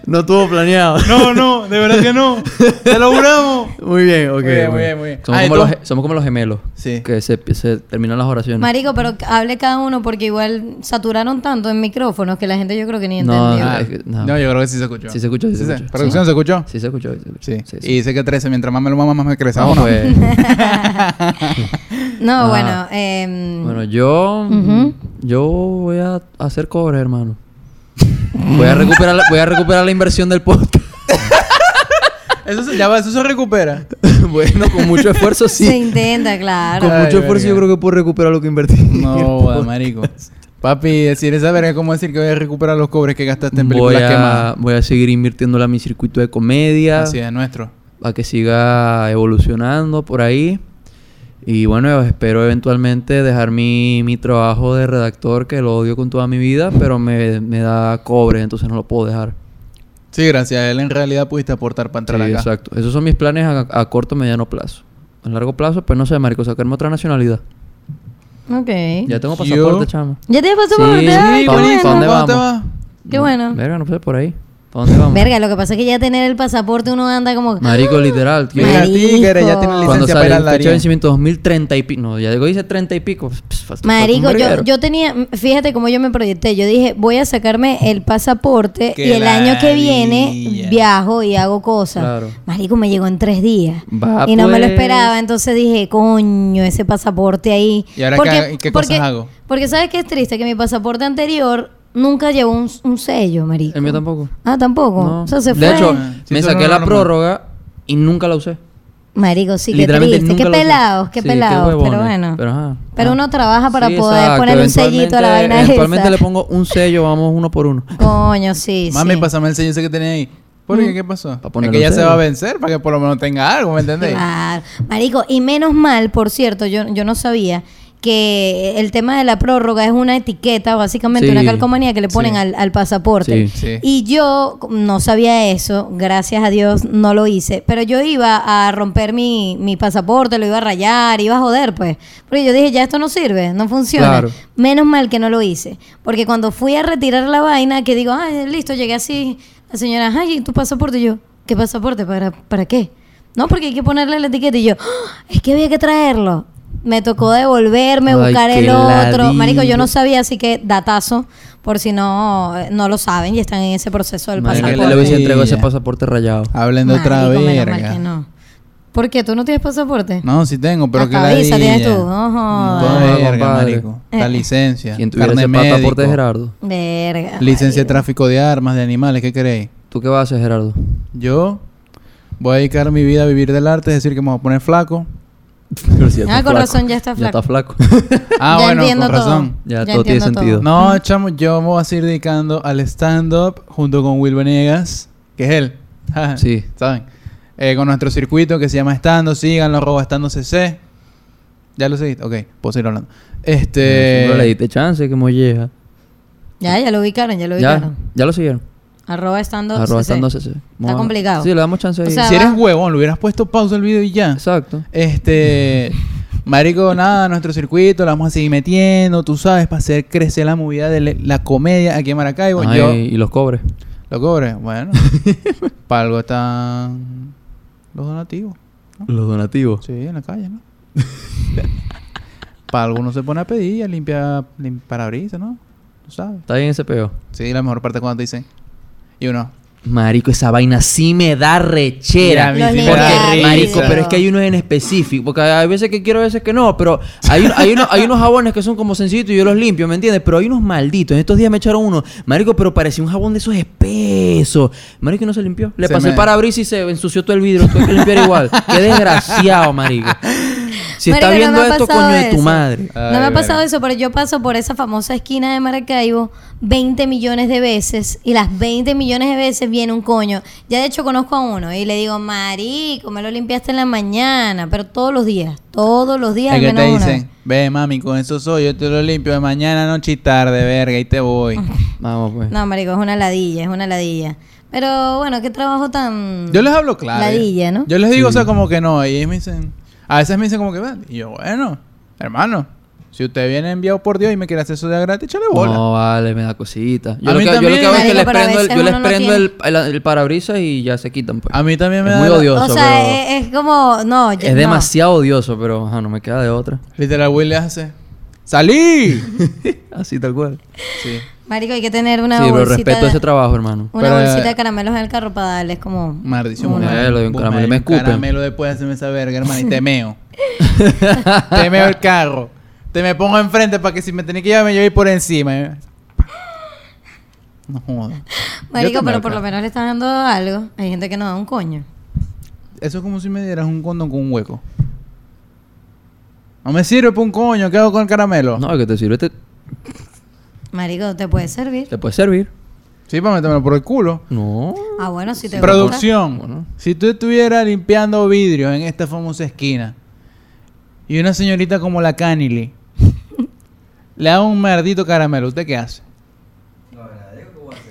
S1: No tuvo planeado.
S2: No, no, de verdad que no. ¡Te lo juramos!
S1: Muy bien, ok.
S2: Muy bien,
S1: bueno.
S2: muy bien, muy bien.
S1: Somos,
S2: Ah,
S1: como los,
S2: entonces-
S1: ge- somos como los gemelos.
S2: Sí.
S1: Que se, se terminan las oraciones.
S3: Marico, pero hable cada uno porque igual saturaron tanto en micrófonos que la gente yo creo que ni
S1: No,
S3: entendió.
S1: Ah,
S2: Ah,
S1: es que- no.
S2: no. yo creo que sí se escuchó.
S1: Sí se escuchó, sí se
S2: se-
S1: escuchó.
S2: ¿Producción
S1: Sí.
S2: se escuchó?
S1: Sí, se escuchó. sí se escuchó.
S2: Sí. Y dice que 13, mientras más me lo mama, más me crece.
S1: Vamos,
S2: Vámonos.
S1: pues.
S3: No,
S1: Ah.
S3: bueno. em,
S1: Bueno, yo. mm,
S3: Ujú.
S1: Yo voy a hacer cobres, hermano. Voy a recuperar, la- voy a recuperar la inversión del podcast.
S2: Eso se, ya va, eso se recupera.
S1: bueno, con mucho esfuerzo, sí.
S3: Se intenta, claro.
S1: Con
S2: Ay,
S1: mucho esfuerzo,
S2: verga.
S1: yo creo que puedo recuperar lo que invertí.
S2: No, joda, marico. Papi, decir esa verga es como decir que voy a recuperar los cobres que gastaste en
S1: Voy
S2: películas
S1: a,
S2: quemadas.
S1: voy a seguir invirtiéndola a mi circuito de comedia.
S2: Así es, nuestro.
S1: a que siga evolucionando por ahí. Y bueno, espero eventualmente dejar mi, mi trabajo de redactor, que lo odio con toda mi vida, pero me, me da cobre, entonces no lo puedo dejar.
S2: Sí, gracias a él en realidad pudiste aportar para entrar
S1: Sí,
S2: acá.
S1: exacto. Esos son mis planes a, a corto, mediano plazo. A largo plazo, pues no sé, marico, sacarme otra nacionalidad.
S3: Ok.
S1: Ya tengo
S2: Yo-
S1: pasaporte, chamo.
S3: ¿Ya te pasó
S1: Sí,
S3: por
S1: sí,
S3: Ay, qué bueno.
S1: ¿pa' dónde- pa' dónde
S2: ¿Cómo te
S1: vamos?
S2: va?
S3: Qué
S1: No,
S3: bueno.
S1: Verga, no sé, por ahí. ¿A dónde vamos?
S3: Verga, lo que pasa es que ya tener el pasaporte uno anda como...
S1: Marico, literal. tío.
S2: Mira,
S3: Marico.
S2: tigre, ya tiene
S1: Cuando
S2: licencia para ir
S1: sale
S2: al
S1: la fecha de
S2: Darío.
S1: vencimiento 2030 y pico. No, ya digo, dice 30 y pico. Pss, pss, falta- falta
S3: Marico,
S1: un
S3: yo,
S1: verguero.
S3: yo tenía, fíjate cómo yo me proyecté, yo dije, voy a sacarme el pasaporte
S2: Qué
S3: y el año que viene
S2: ladilla.
S3: viajo y hago cosas.
S1: Claro.
S3: Marico, me llegó en tres días
S1: Va,
S3: y no me lo
S1: pues.
S3: esperaba, entonces dije, coño, ese pasaporte ahí.
S2: ¿Y ahora qué hago- y qué cosas hago?
S3: Porque sabes que es triste, que mi pasaporte anterior nunca llevó un, un sello, marico.
S1: El mío tampoco.
S3: Ah, tampoco.
S1: No.
S3: O sea, se
S1: de
S3: fue.
S1: hecho,
S2: Ah, sí,
S1: me
S2: eso
S1: saqué
S2: no
S1: la
S2: normal.
S1: prórroga y nunca la usé.
S3: Marico, sí, qué
S1: Literalmente
S3: triste, qué
S1: nunca la usé.
S3: pelados, qué
S1: Sí,
S3: pelados,
S1: huevones.
S3: pero bueno.
S1: Pero,
S3: Pero,
S1: ajá. Ah.
S3: uno trabaja para
S1: Sí,
S3: poder
S1: exacto.
S3: ponerle un sellito a la
S1: Eventualmente-
S3: vaina
S1: Eventualmente
S3: esa.
S1: le pongo un sello, vamos uno por uno.
S3: Coño, sí,
S2: Mami,
S3: sí.
S2: pásame el sello ese que tenía ahí. ¿Por qué? ¿Qué pasó?
S1: Mm, Pa'
S2: Es
S1: ponerle
S2: que ya
S1: un
S2: se va a
S1: sello.
S2: vencer para que por lo menos tenga algo, ¿me entendéis?
S3: Claro. Marico, y menos mal, por cierto, yo, yo no sabía que el tema de la prórroga es una etiqueta, básicamente
S1: Sí.
S3: una calcomanía que le ponen
S2: Sí.
S3: al, al pasaporte.
S1: Sí.
S2: Sí.
S3: Y yo no sabía eso, gracias a Dios no lo hice, pero yo iba a romper mi, mi pasaporte, lo iba a rayar, iba a joder, pues. Porque yo dije, ya esto no sirve, no funciona.
S1: Claro.
S3: Menos mal que no lo hice, porque cuando fui a retirar la vaina, que digo, ay, listo, llegué así, la señora, ay, ¿y tu pasaporte? Y yo, ¿qué pasaporte? ¿Para, para qué? No, porque hay que ponerle la etiqueta. Y yo, "Ah, es que había que traerlo. Me tocó devolverme,
S1: Ay,
S3: buscar
S1: qué
S3: el otro.
S1: ladilla.
S3: Marico, yo no sabía, así que datazo, por si no, no lo saben y están en ese proceso del
S1: Marico,
S3: pasaporte.
S1: le hubiese entregado ese
S2: Maravilla.
S1: pasaporte rayado.
S2: Hablen de otra
S3: Marico, menos
S2: verga.
S3: mal que no. ¿Por qué? ¿Tú no tienes pasaporte?
S2: No, sí tengo, pero
S3: Hasta
S2: que
S3: visa
S2: la
S3: tienes tú, no jodas.
S1: No,
S2: verga,
S1: compadre.
S2: marico. La
S3: Eh.
S2: licencia.
S1: Quien tuviera ese
S2: carnet médico,
S1: pasaporte es Gerardo.
S3: Verga.
S2: Licencia de
S3: marico.
S2: tráfico de armas, de animales, ¿qué queréis?
S1: ¿Tú qué vas a hacer, Gerardo?
S2: Yo voy a dedicar mi vida a vivir del arte, es decir, que me voy a poner flaco.
S3: Ah, con razón, ya está flaco.
S1: Ya está flaco.
S2: Ah,
S3: ya
S2: bueno,
S3: entiendo
S2: con razón.
S3: Todo. Mm.
S1: Ya todo tiene
S3: entiendo
S1: sentido.
S2: No, chamo, yo me voy a seguir dedicando al stand-up junto con Will Venegas, que es él. Ajá,
S1: Sí.
S2: ¿Saben? Eh, con nuestro circuito que se llama Estando, síganlo, arroba Estando CC. ¿Ya lo seguiste? Ok, puedo seguir hablando. Este...
S1: No le diste chance, que molleja.
S3: Ya, ya lo ubicaron, ya lo
S1: Ya,
S3: ubicaron.
S1: ya lo siguieron.
S3: Arroba estando.
S1: Arroba
S3: CC.
S1: estando CC. Vamos a-
S3: complicado.
S1: Sí, le damos chance
S3: O
S1: ahí.
S3: sea,
S2: si eres
S3: va.
S2: huevón, le hubieras puesto pausa al video y ya.
S1: Exacto.
S2: Este. Marico, nada, nuestro circuito, la vamos a seguir metiendo, tú sabes, para hacer crecer la movida de le- la comedia aquí en Maracaibo.
S1: Ajá,
S2: yo
S1: y, y los cobres.
S2: lo cobre, bueno. para algo están los donativos.
S1: Los donativos.
S2: Sí, en la calle, ¿no? para algo uno se pone a pedir, y a limpiar lim- parabrisas, ¿no? Tú sabes.
S1: Está bien ese peo.
S2: Sí, la mejor parte es cuando te dicen. Y uno.
S1: Marico, esa vaina sí me da rechera.
S2: Mira, a mí sí
S3: Los
S2: me da
S1: Porque,
S3: niños,
S2: risa.
S1: marico, pero es que hay unos en específico. Porque hay veces que quiero, a veces que no. Pero hay, un- hay, uno- hay unos jabones que son como sencillitos y yo los limpio, ¿me entiendes? Pero hay unos malditos. En estos días me echaron uno. Marico, pero parecía un jabón de esos espesos. Marico, y no se limpió. Le
S2: Se
S1: pasé
S2: me-
S1: el parabrisas y se ensució todo el vidrio. Tuve que limpiar igual. Qué desgraciado, marico. Si
S3: Marico,
S1: está
S3: no
S1: viendo
S3: me ha
S1: esto,
S3: pasado
S1: coño de tu
S3: eso.
S1: madre.
S3: no me
S2: Ay,
S3: ha pasado
S2: verga.
S3: eso, pero yo paso por esa famosa esquina de Maracaibo 20 millones de veces y las 20 millones de veces viene un coño. Ya de hecho conozco a uno y le digo, marico, me lo limpiaste en la mañana, pero todos los días, todos los días
S2: Es
S3: al
S2: que
S3: menos
S2: te
S3: una
S2: dicen, ve mami, con eso soy, yo te lo limpio de mañana, noche y tarde, verga, y te voy.
S1: Vamos, pues.
S3: vez". No, marico, es una ladilla, es una ladilla. Pero bueno, qué trabajo tan.
S2: Yo les hablo claro.
S3: Ladilla, ¿no?
S2: Yo les digo, o sea, como que no. Y ellos me dicen, a veces me dicen como que, "Ve". y yo, bueno, hermano, si usted viene enviado por Dios y me quiere hacer eso de gratis, échale bola.
S1: No, vale, me da cosita. Yo,
S2: A
S1: lo
S2: mí
S1: que, yo lo que hago es que
S3: también.
S1: les
S3: Marico, pero a
S1: prendo, el,
S3: veces
S1: yo les
S3: uno no
S1: prendo
S3: tiene.
S1: el, el, el parabrisas y ya se quitan. Pues.
S2: A mí también me
S1: Es
S2: da
S1: muy
S2: la-
S1: odioso,
S3: O sea,
S1: pero... Es,
S3: es, es como. No, yo- no.
S1: demasiado odioso, pero ajá, no me queda de otra.
S2: Literal, Will le hace, ¡salí!
S1: Así tal cual.
S2: sí.
S3: Marico, hay que tener una
S1: sí, pero
S3: bolsita.
S1: respeto
S3: de-
S1: ese trabajo, hermano.
S3: Una
S2: Pero-
S3: bolsita de caramelos en el carro para darles como.
S2: Maldición.
S1: Una.
S2: hermano.
S1: Eh, lo de un
S2: Vos,
S1: caramelo, me
S2: un
S1: escupen.
S2: Caramelo después de hacerme esa verga, hermano, y te meo. te meo el carro. Te me pongo enfrente para que si me tenés que llevar, me lleve por encima. eh. No jodas. Yo
S3: Marico,
S2: te
S3: pero
S2: meo
S3: por
S2: el carro.
S3: lo menos le están dando algo. Hay gente que no da un coño.
S2: Eso es como si me dieras un condón con un hueco. No me sirve para un coño, ¿qué hago con el caramelo?
S1: No, que te sirve, te,
S3: Marico, te puede servir.
S1: te puede servir.
S2: Sí, para metérmelo por el culo.
S1: No.
S3: Ah, bueno, si te gusta.
S2: Producción.
S1: Bueno.
S2: Si tú estuvieras limpiando vidrios en esta famosa esquina y una señorita como la Canily le da un maldito caramelo, ¿usted qué hace?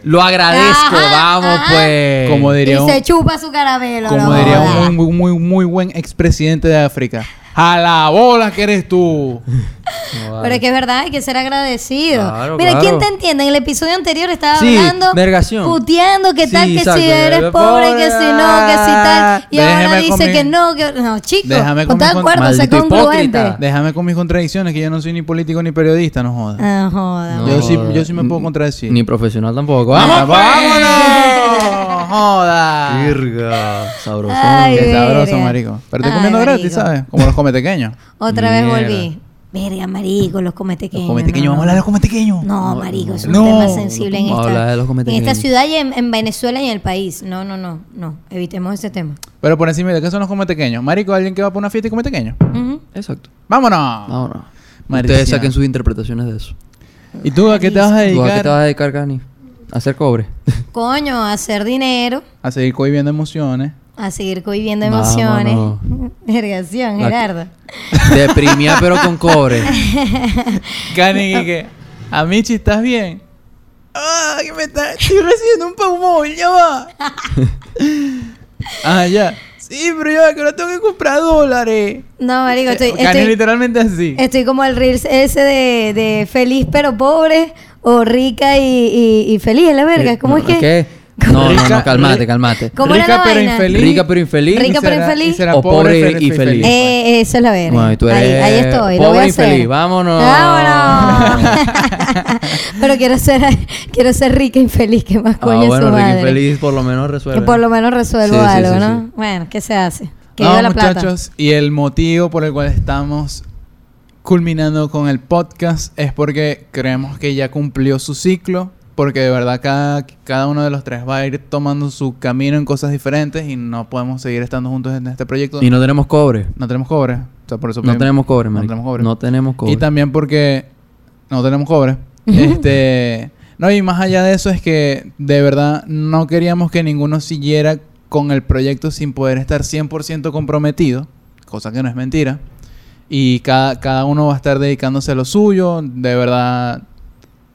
S1: Lo agradezco,
S3: Ajá,
S1: vamos
S3: ajá.
S1: pues.
S2: Como
S3: Y
S2: diría un,
S3: se chupa su caramelo.
S2: como
S3: no
S2: diría
S3: joda.
S2: un muy, muy, muy, muy buen expresidente de África. ¡A la bola que eres tú!
S1: No, vale.
S3: Pero es que es verdad, hay que ser agradecido.
S1: Claro,
S3: Mira,
S1: claro.
S3: ¿quién te entiende? En el episodio anterior estaba
S1: Sí,
S3: hablando,
S1: vergación.
S3: puteando, que
S1: Sí,
S3: tal, que
S1: exacto,
S3: si eres
S1: que-
S3: pobre, que si no, que si tal. Y ahora
S2: Ah, Déjeme
S3: dice
S2: comer.
S3: que no, que no, chicos.
S2: Déjame
S3: ponte de
S2: comer con-
S3: acuerdo, sé
S1: Maldito
S3: congruente.
S1: hipócrita.
S2: Déjame con mis contradicciones, que yo no soy ni político ni periodista, no jodas.
S3: Ah, joda.
S1: No,
S2: Yo sí- yo sí me puedo contradecir.
S1: Ni profesional tampoco.
S2: ¡Vamos,
S1: ¡Vamos!
S2: vámonos! ¡Joda!
S1: Virga. Sabroso.
S3: Ay,
S2: Qué sabroso,
S3: verga.
S2: marico. Pero estoy
S3: Ay,
S2: comiendo gratis,
S3: marico.
S2: ¿sabes? Como los cometequeños.
S3: Otra
S1: Mierda.
S3: vez volví. Verga, marico, los cometequeños.
S2: Los cometequeños,
S3: no,
S2: vamos a hablar de los cometequeños.
S3: No, marico, es un
S2: No.
S3: tema sensible en
S1: Vamos a hablar
S3: esta,
S1: de los
S3: en esta
S1: cometequeños.
S3: ciudad y en, en Venezuela y en el país. No, no, no, no. Evitemos ese tema.
S2: Pero por encima de qué son los cometequeños. Marico, alguien que va para una fiesta y come tequeño.
S3: Ujú.
S1: Exacto.
S2: ¡Vámonos!
S1: Vámonos.
S2: Maricia.
S1: Ustedes saquen sus interpretaciones de eso.
S2: ¿Y tú a qué te vas a
S1: ¿Tú a qué
S2: dedicar?
S1: te vas a dedicar, Cani? A hacer cobre.
S3: Coño, hacer dinero.
S2: A seguir cohibiendo emociones.
S3: A seguir cohibiendo emociones. Vergación,
S1: La-
S3: Gerardo.
S1: Deprimía, pero con cobre.
S2: Cani, que. A Michi, ¿estás bien? ¡Ah! Que me está. Estoy recibiendo un paumón, ya va. ah, ya. Sí, pero yo que ahora tengo que comprar dólares.
S3: No, marico, estoy,
S1: Este,
S2: Cani,
S3: estoy,
S2: literalmente así.
S3: estoy como el reels ese de, de feliz pero pobre o rica y, y- y feliz, la verga. ¿Cómo es que?
S1: Eh, ¿Qué? No, no,
S2: Rica-
S1: no, calmate, calmate.
S3: ¿Cómo era
S2: Rica
S3: la
S2: pero
S3: vaina?
S2: infeliz.
S1: Rica pero infeliz.
S3: Rica
S2: Y
S3: pero
S2: será-
S3: infeliz.
S2: y será
S1: O pobre
S2: pero
S1: y feliz.
S3: Eh, esa es la verga.
S1: pues. Bueno, y tú eres
S3: ahí, ahí estoy, lo
S1: pobre
S3: voy a
S1: y
S3: hacer.
S1: feliz, vámonos.
S3: ¡Vámonos! pero quiero ser, quiero ser rica y feliz, que más coño
S1: Ah, bueno,
S3: su
S1: rica
S3: madre.
S1: y feliz por lo menos resuelve.
S3: Que por lo menos resuelvo
S1: Sí, sí,
S3: algo,
S1: sí,
S3: ¿no?
S1: sí.
S3: Bueno, ¿qué se hace? Que
S2: No,
S3: viva la plata.
S2: muchachos, y el motivo por el cual estamos culminando con el podcast es porque creemos que ya cumplió su ciclo, porque de verdad cada, cada uno de los tres va a ir tomando su camino en cosas diferentes y no podemos seguir estando juntos en este proyecto.
S1: Y
S2: no,
S1: no tenemos cobre.
S2: tenemos cobre. O sea, por eso
S1: No
S2: pedimos-
S1: tenemos cobre, marico.
S2: tenemos cobre.
S1: No tenemos cobre.
S2: Y también porque no tenemos cobre. este, no, y más allá de eso es que de verdad no queríamos que ninguno siguiera con el proyecto sin poder estar 100% comprometido, cosa que no es mentira. Y cada, cada uno va a estar dedicándose a lo suyo, de verdad,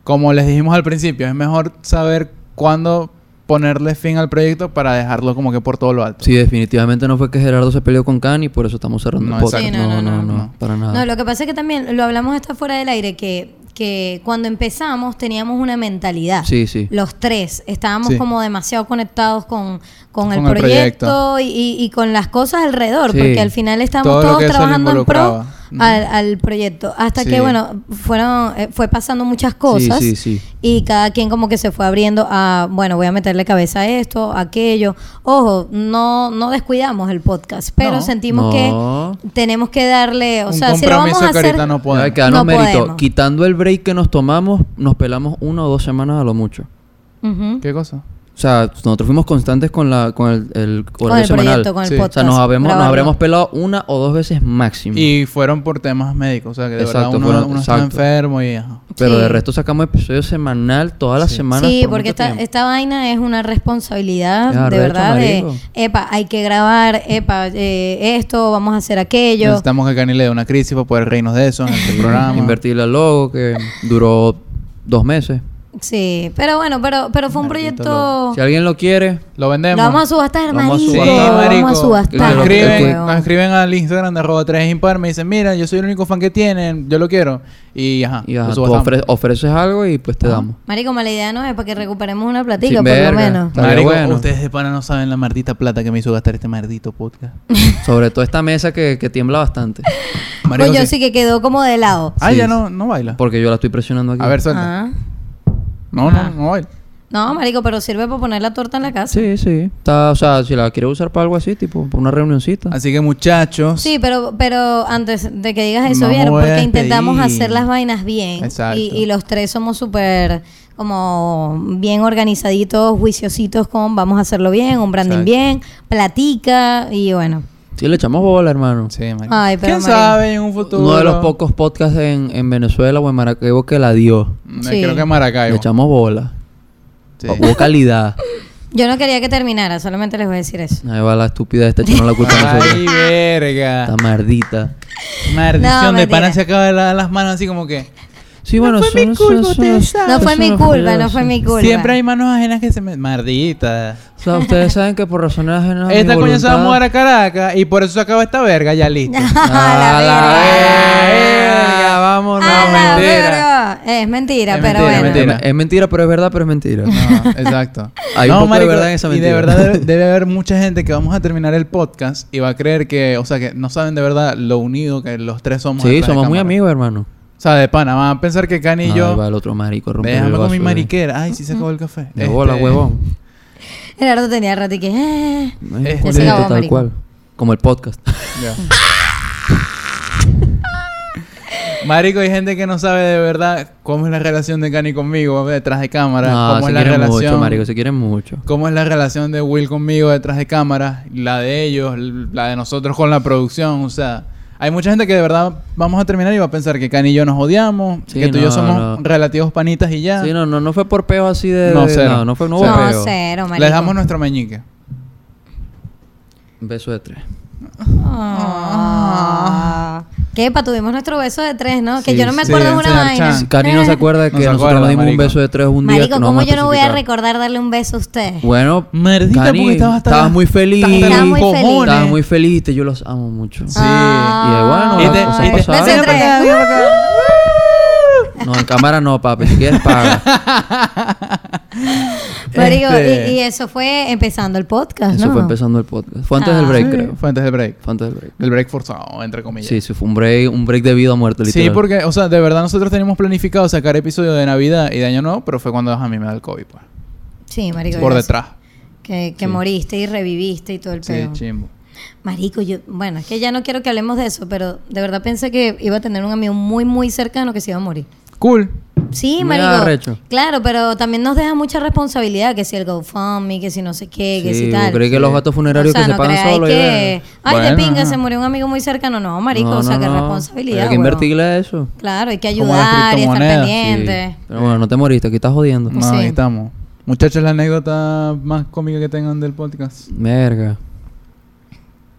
S2: como les dijimos al principio, es mejor saber cuándo ponerle fin al proyecto para dejarlo como que por todo lo alto.
S1: Sí, definitivamente no fue que Gerardo se peleó con Cani, por eso estamos cerrando
S2: No,
S1: el podcast.
S3: exacto. Sí,
S1: no,
S3: no,
S1: no, no,
S3: no,
S2: no.
S1: para nada.
S3: No, lo que pasa es que también lo hablamos hasta fuera del aire, que, que cuando empezamos teníamos una mentalidad.
S1: Sí, sí.
S3: Los tres estábamos
S2: Sí.
S3: como demasiado conectados con, con el
S2: Con el
S3: proyecto,
S2: proyecto.
S3: y, y- y con las cosas alrededor,
S1: Sí.
S3: porque al final
S2: Todo
S3: estábamos
S2: lo
S3: todos
S2: que eso le
S3: trabajando en pro
S2: involucraba. Ujú.
S3: al, al proyecto. Hasta
S2: Sí.
S3: que, bueno, fueron eh, fue pasando muchas cosas.
S1: Sí, sí, sí.
S3: Y cada quien como que se fue abriendo a, bueno, voy a meterle cabeza a esto, a aquello. Ojo, no, no descuidamos el podcast, pero
S2: No.
S3: sentimos
S1: No.
S3: que tenemos que darle, o
S2: Un
S3: sea, si lo
S2: compromiso
S3: vamos a
S2: que
S3: hacer...
S2: ahorita no podemos.
S1: Hay que darnos
S3: No
S1: mérito.
S3: podemos.
S1: Quitando el break que nos tomamos, nos pelamos una o dos semanas a lo mucho.
S3: Ujú.
S2: ¿Qué cosa?
S1: O sea, nosotros fuimos constantes con la con el, el
S3: Con
S1: horario
S3: el
S1: semanal.
S3: proyecto, con el
S2: Sí. O sea,
S1: o
S3: podcast.
S1: sea, nos, habemos- nos
S3: grabarlo.
S1: habremos pelado una o dos veces máximo.
S2: Y fueron por temas médicos, o sea, que de
S1: Exacto,
S2: verdad uno,
S1: fueron-
S2: uno estaba
S1: exacto.
S2: enfermo y... ajá.
S1: Pero
S3: Sí.
S1: de resto sacamos episodio semanal todas las
S2: Sí.
S1: semanas.
S3: Sí,
S1: por
S3: porque
S1: mucho
S3: esta,
S1: tiempo.
S3: esta vaina es una responsabilidad,
S1: Es arrecho,
S3: de verdad, de,
S1: marico.
S3: epa, hay que grabar, epa, eh, esto, vamos a hacer aquello.
S2: Necesitamos que Cani le dé una crisis para poder reírnos de eso en este programa.
S1: Invertirle al logo que duró dos meses.
S3: Sí, pero bueno, pero, pero fue un
S2: Maldito
S3: proyecto...
S1: Si alguien lo quiere,
S2: Lo vendemos.
S3: Lo vamos a subastar,
S1: Vamos a
S3: marico.
S2: Sí,
S1: subastar.
S3: Lo
S2: marico.
S3: Vamos a subastar.
S1: Claro,
S2: Nos escriben,
S1: que-
S3: weón.
S2: nos escriben al Instagram de arroba 3 impar. Me dicen, mira, yo soy el único fan que tienen. Yo lo quiero. Y ajá.
S1: y ajá,
S3: pues
S2: lo
S1: tú
S2: subastamos.
S1: ofre- ofreces algo y pues te damos.
S3: Marico, mala idea no es para que recuperemos una platica,
S1: Sí,
S3: por lo
S1: verga.
S3: menos.
S1: Estaría
S2: Marico,
S1: bueno.
S2: ustedes de pana no saben la maldita plata que me hizo gastar este maldito podcast.
S3: Pues
S1: Sobre todo esta mesa que, que tiembla bastante.
S2: Marico,
S3: Coño,
S2: sí.
S3: Pues sí. que quedó como de lado.
S2: Ah,
S1: Sí,
S2: ya
S1: sí.
S2: no, no baila.
S1: Porque yo la estoy presionando aquí.
S2: A ver, suelta.
S3: Ah.
S2: No, no, no baila.
S3: No, marico, pero sirve para poner la torta en la casa.
S1: Sí, sí. Está, o sea, si la quieres usar para algo así, tipo, para una reunioncita.
S2: Así que, muchachos.
S3: Sí, pero, pero antes de que digas eso,
S2: No me
S3: bien,
S2: voy a
S3: porque intentamos
S2: despedir.
S3: hacer las vainas bien.
S2: Exacto.
S3: Y, y los tres somos súper, como, bien organizaditos, juiciositos con vamos a hacerlo bien, un branding
S2: Exacto.
S3: bien, platica y bueno.
S1: Sí, le echamos bola, hermano.
S2: Sí, marico.
S3: Ay, pero,
S2: ¿Quién
S3: marico.
S2: sabe en un futuro?
S1: Uno de los pocos podcasts en, en Venezuela o en Maracaibo que la dio.
S2: Mm,
S3: Sí.
S2: Creo que es
S1: Le
S2: Maracaibo.
S1: echamos bola.
S2: Sí.
S1: Hubo calidad.
S3: Yo no quería que terminara, solamente les voy a decir eso.
S1: Ahí va la estúpida esta echando la culpa a nosotros.
S2: Ay, verga.
S1: Esta mardita.
S2: Maldición,
S3: No,
S2: de
S3: mentira.
S2: pana se acaba de lavar las manos así como que.
S1: Sí, bueno, son- son- son-
S3: No fue
S1: son
S3: mi
S1: los
S3: culpa,
S1: fallos,
S3: no fue
S1: sí.
S3: mi culpa.
S2: Siempre hay manos ajenas que se me. Mardita.
S1: O sea, ustedes saben que por razones ajenas a mi
S2: Esta coña se va a
S1: voluntad-
S2: mudar a Caracas y por eso se acaba esta verga, ya listo.
S1: A la verga,
S2: verga,
S1: vámonos.
S2: no,
S3: A Ah, la
S2: mentira.
S3: verga. Es mentira,
S2: Es
S3: pero
S2: mentira,
S3: bueno.
S2: mentira.
S1: Es mentira, pero es verdad, pero es mentira.
S2: No, exacto.
S1: Hay un
S2: No,
S1: poco de
S2: marico,
S1: verdad en esa
S2: Y de
S1: mentira.
S2: verdad debe, debe haber mucha gente que vamos a terminar el podcast y va a creer que, o sea, que no saben de verdad lo unido que los tres somos.
S1: Sí,
S2: detrás de
S1: somos muy
S2: cámara.
S1: amigos, hermano.
S2: O sea, de pana, van a pensar que Cani y
S1: Ahí
S2: yo.
S1: va el otro marico rompiendo
S2: Déjame
S1: el
S2: con
S1: vaso
S2: mi
S1: de-
S2: mariquera. Ay, sí se acabó el café.
S1: De
S2: Este,
S1: bola, huevón.
S3: Gerardo tenía rato y que. eh.
S1: No hay
S2: Este- Ya
S1: por
S2: se
S1: qué,
S3: acabó,
S1: tal
S3: marico.
S1: cual. Como el podcast.
S2: Ya. Marico, hay gente que no sabe de verdad cómo es la relación de Cani conmigo eh, detrás de cámara,
S1: No,
S2: cómo
S1: se
S2: es la
S1: quieren
S2: relación,
S1: mucho, marico, se quieren mucho.
S2: cómo es la relación de Will conmigo detrás de cámara, la de ellos, la de nosotros con la producción, o sea, hay mucha gente que de verdad vamos a terminar y va a pensar que Cani y yo nos odiamos,
S1: Sí,
S2: que tú y yo
S1: no,
S2: somos
S1: no.
S2: relativos panitas y ya.
S1: Sí, no, no, no fue por peo así de...
S2: No,
S1: de-
S2: cero.
S1: No, no fue, no hubo
S3: No,
S1: peo.
S3: cero, marico.
S2: Le damos nuestro meñique.
S1: Beso de tres.
S3: Ah. ¿Qué? Pa, tuvimos nuestro beso de tres, ¿no? que
S1: Sí,
S3: yo no me
S2: sí,
S3: acuerdo de una
S2: señor
S3: vaina.
S2: Chan.
S1: Cari no se acuerda de
S2: Ah. No
S1: que
S2: se
S1: nosotros
S2: acuerda,
S1: nos dimos un
S2: marico.
S1: beso de tres un día.
S3: Marico,
S1: que no
S3: ¿cómo
S1: vamos
S3: yo no voy a
S1: especificar.
S3: recordar darle un beso a ustedes?
S1: Bueno,
S2: Merdita,
S1: Cari,
S2: porque estabas hasta la-
S1: muy feliz.
S2: hasta
S3: Estaba
S2: los
S3: muy feliz.
S2: cojones.
S1: Estabas muy feliz. te- Yo los amo mucho.
S2: Sí.
S1: Y
S2: Y
S1: bueno,
S2: te-
S1: las cosas
S2: y te-
S3: Ah.
S1: pasaron.
S3: Beso de
S2: Ven para acá,
S3: tres.
S2: ven para acá.
S1: No, en cámara no, papi. Si quieres,
S3: Ah,
S1: paga.
S3: Marico,
S2: Este-
S3: y, y eso fue empezando el podcast,
S1: Eso
S3: ¿no?
S1: fue empezando el podcast. Fue antes
S3: Ah.
S1: del break,
S2: Sí,
S1: creo.
S2: Fue antes del break.
S1: Fue antes del break.
S2: El break forzado, entre comillas.
S1: Sí, sí, fue un break, un break de vida o muerte, literal.
S2: Sí, porque, o sea, de verdad nosotros teníamos planificado sacar episodio de Navidad y de Año Nuevo, pero fue cuando a mí me da el COVID, pues.
S3: Sí, marico.
S2: por
S3: yo sé.
S2: detrás.
S3: Que, que moriste y reviviste y todo el
S2: Sí,
S3: pedo.
S2: chimbo.
S3: Marico, yo, bueno, es que ya no quiero que hablemos de eso, pero de verdad pensé que iba a tener un amigo muy, muy cercano que se iba a morir.
S2: Cool.
S3: Sí,
S1: Muy
S3: marico.
S1: arrecho.
S3: Claro, pero también nos deja mucha responsabilidad, que si el GoFundMe, que si no sé qué, que si
S1: Sí, vos
S3: tal.
S1: crees que los gastos funerarios
S3: O sea,
S1: que se
S3: no
S1: pagan
S3: creáis
S1: solos, ya
S3: que... Ay, de
S2: Bueno,
S3: pinga,
S2: ajá.
S3: se murió un amigo muy cercano. No, marico,
S1: No,
S3: o sea,
S1: no,
S3: qué
S1: no.
S3: responsabilidad,
S1: Hay que
S3: huevón.
S1: invertirle eso.
S3: Claro, hay que
S2: Como las
S3: ayudar y estar
S2: criptomonedas, sí.
S1: Sí.
S3: pendiente.
S1: Pero bueno, no te moriste, aquí estás jodiendo.
S2: No,
S3: Sí.
S2: ahí estamos. Muchachos, la anécdota más cómica que tengan del podcast.
S1: Verga.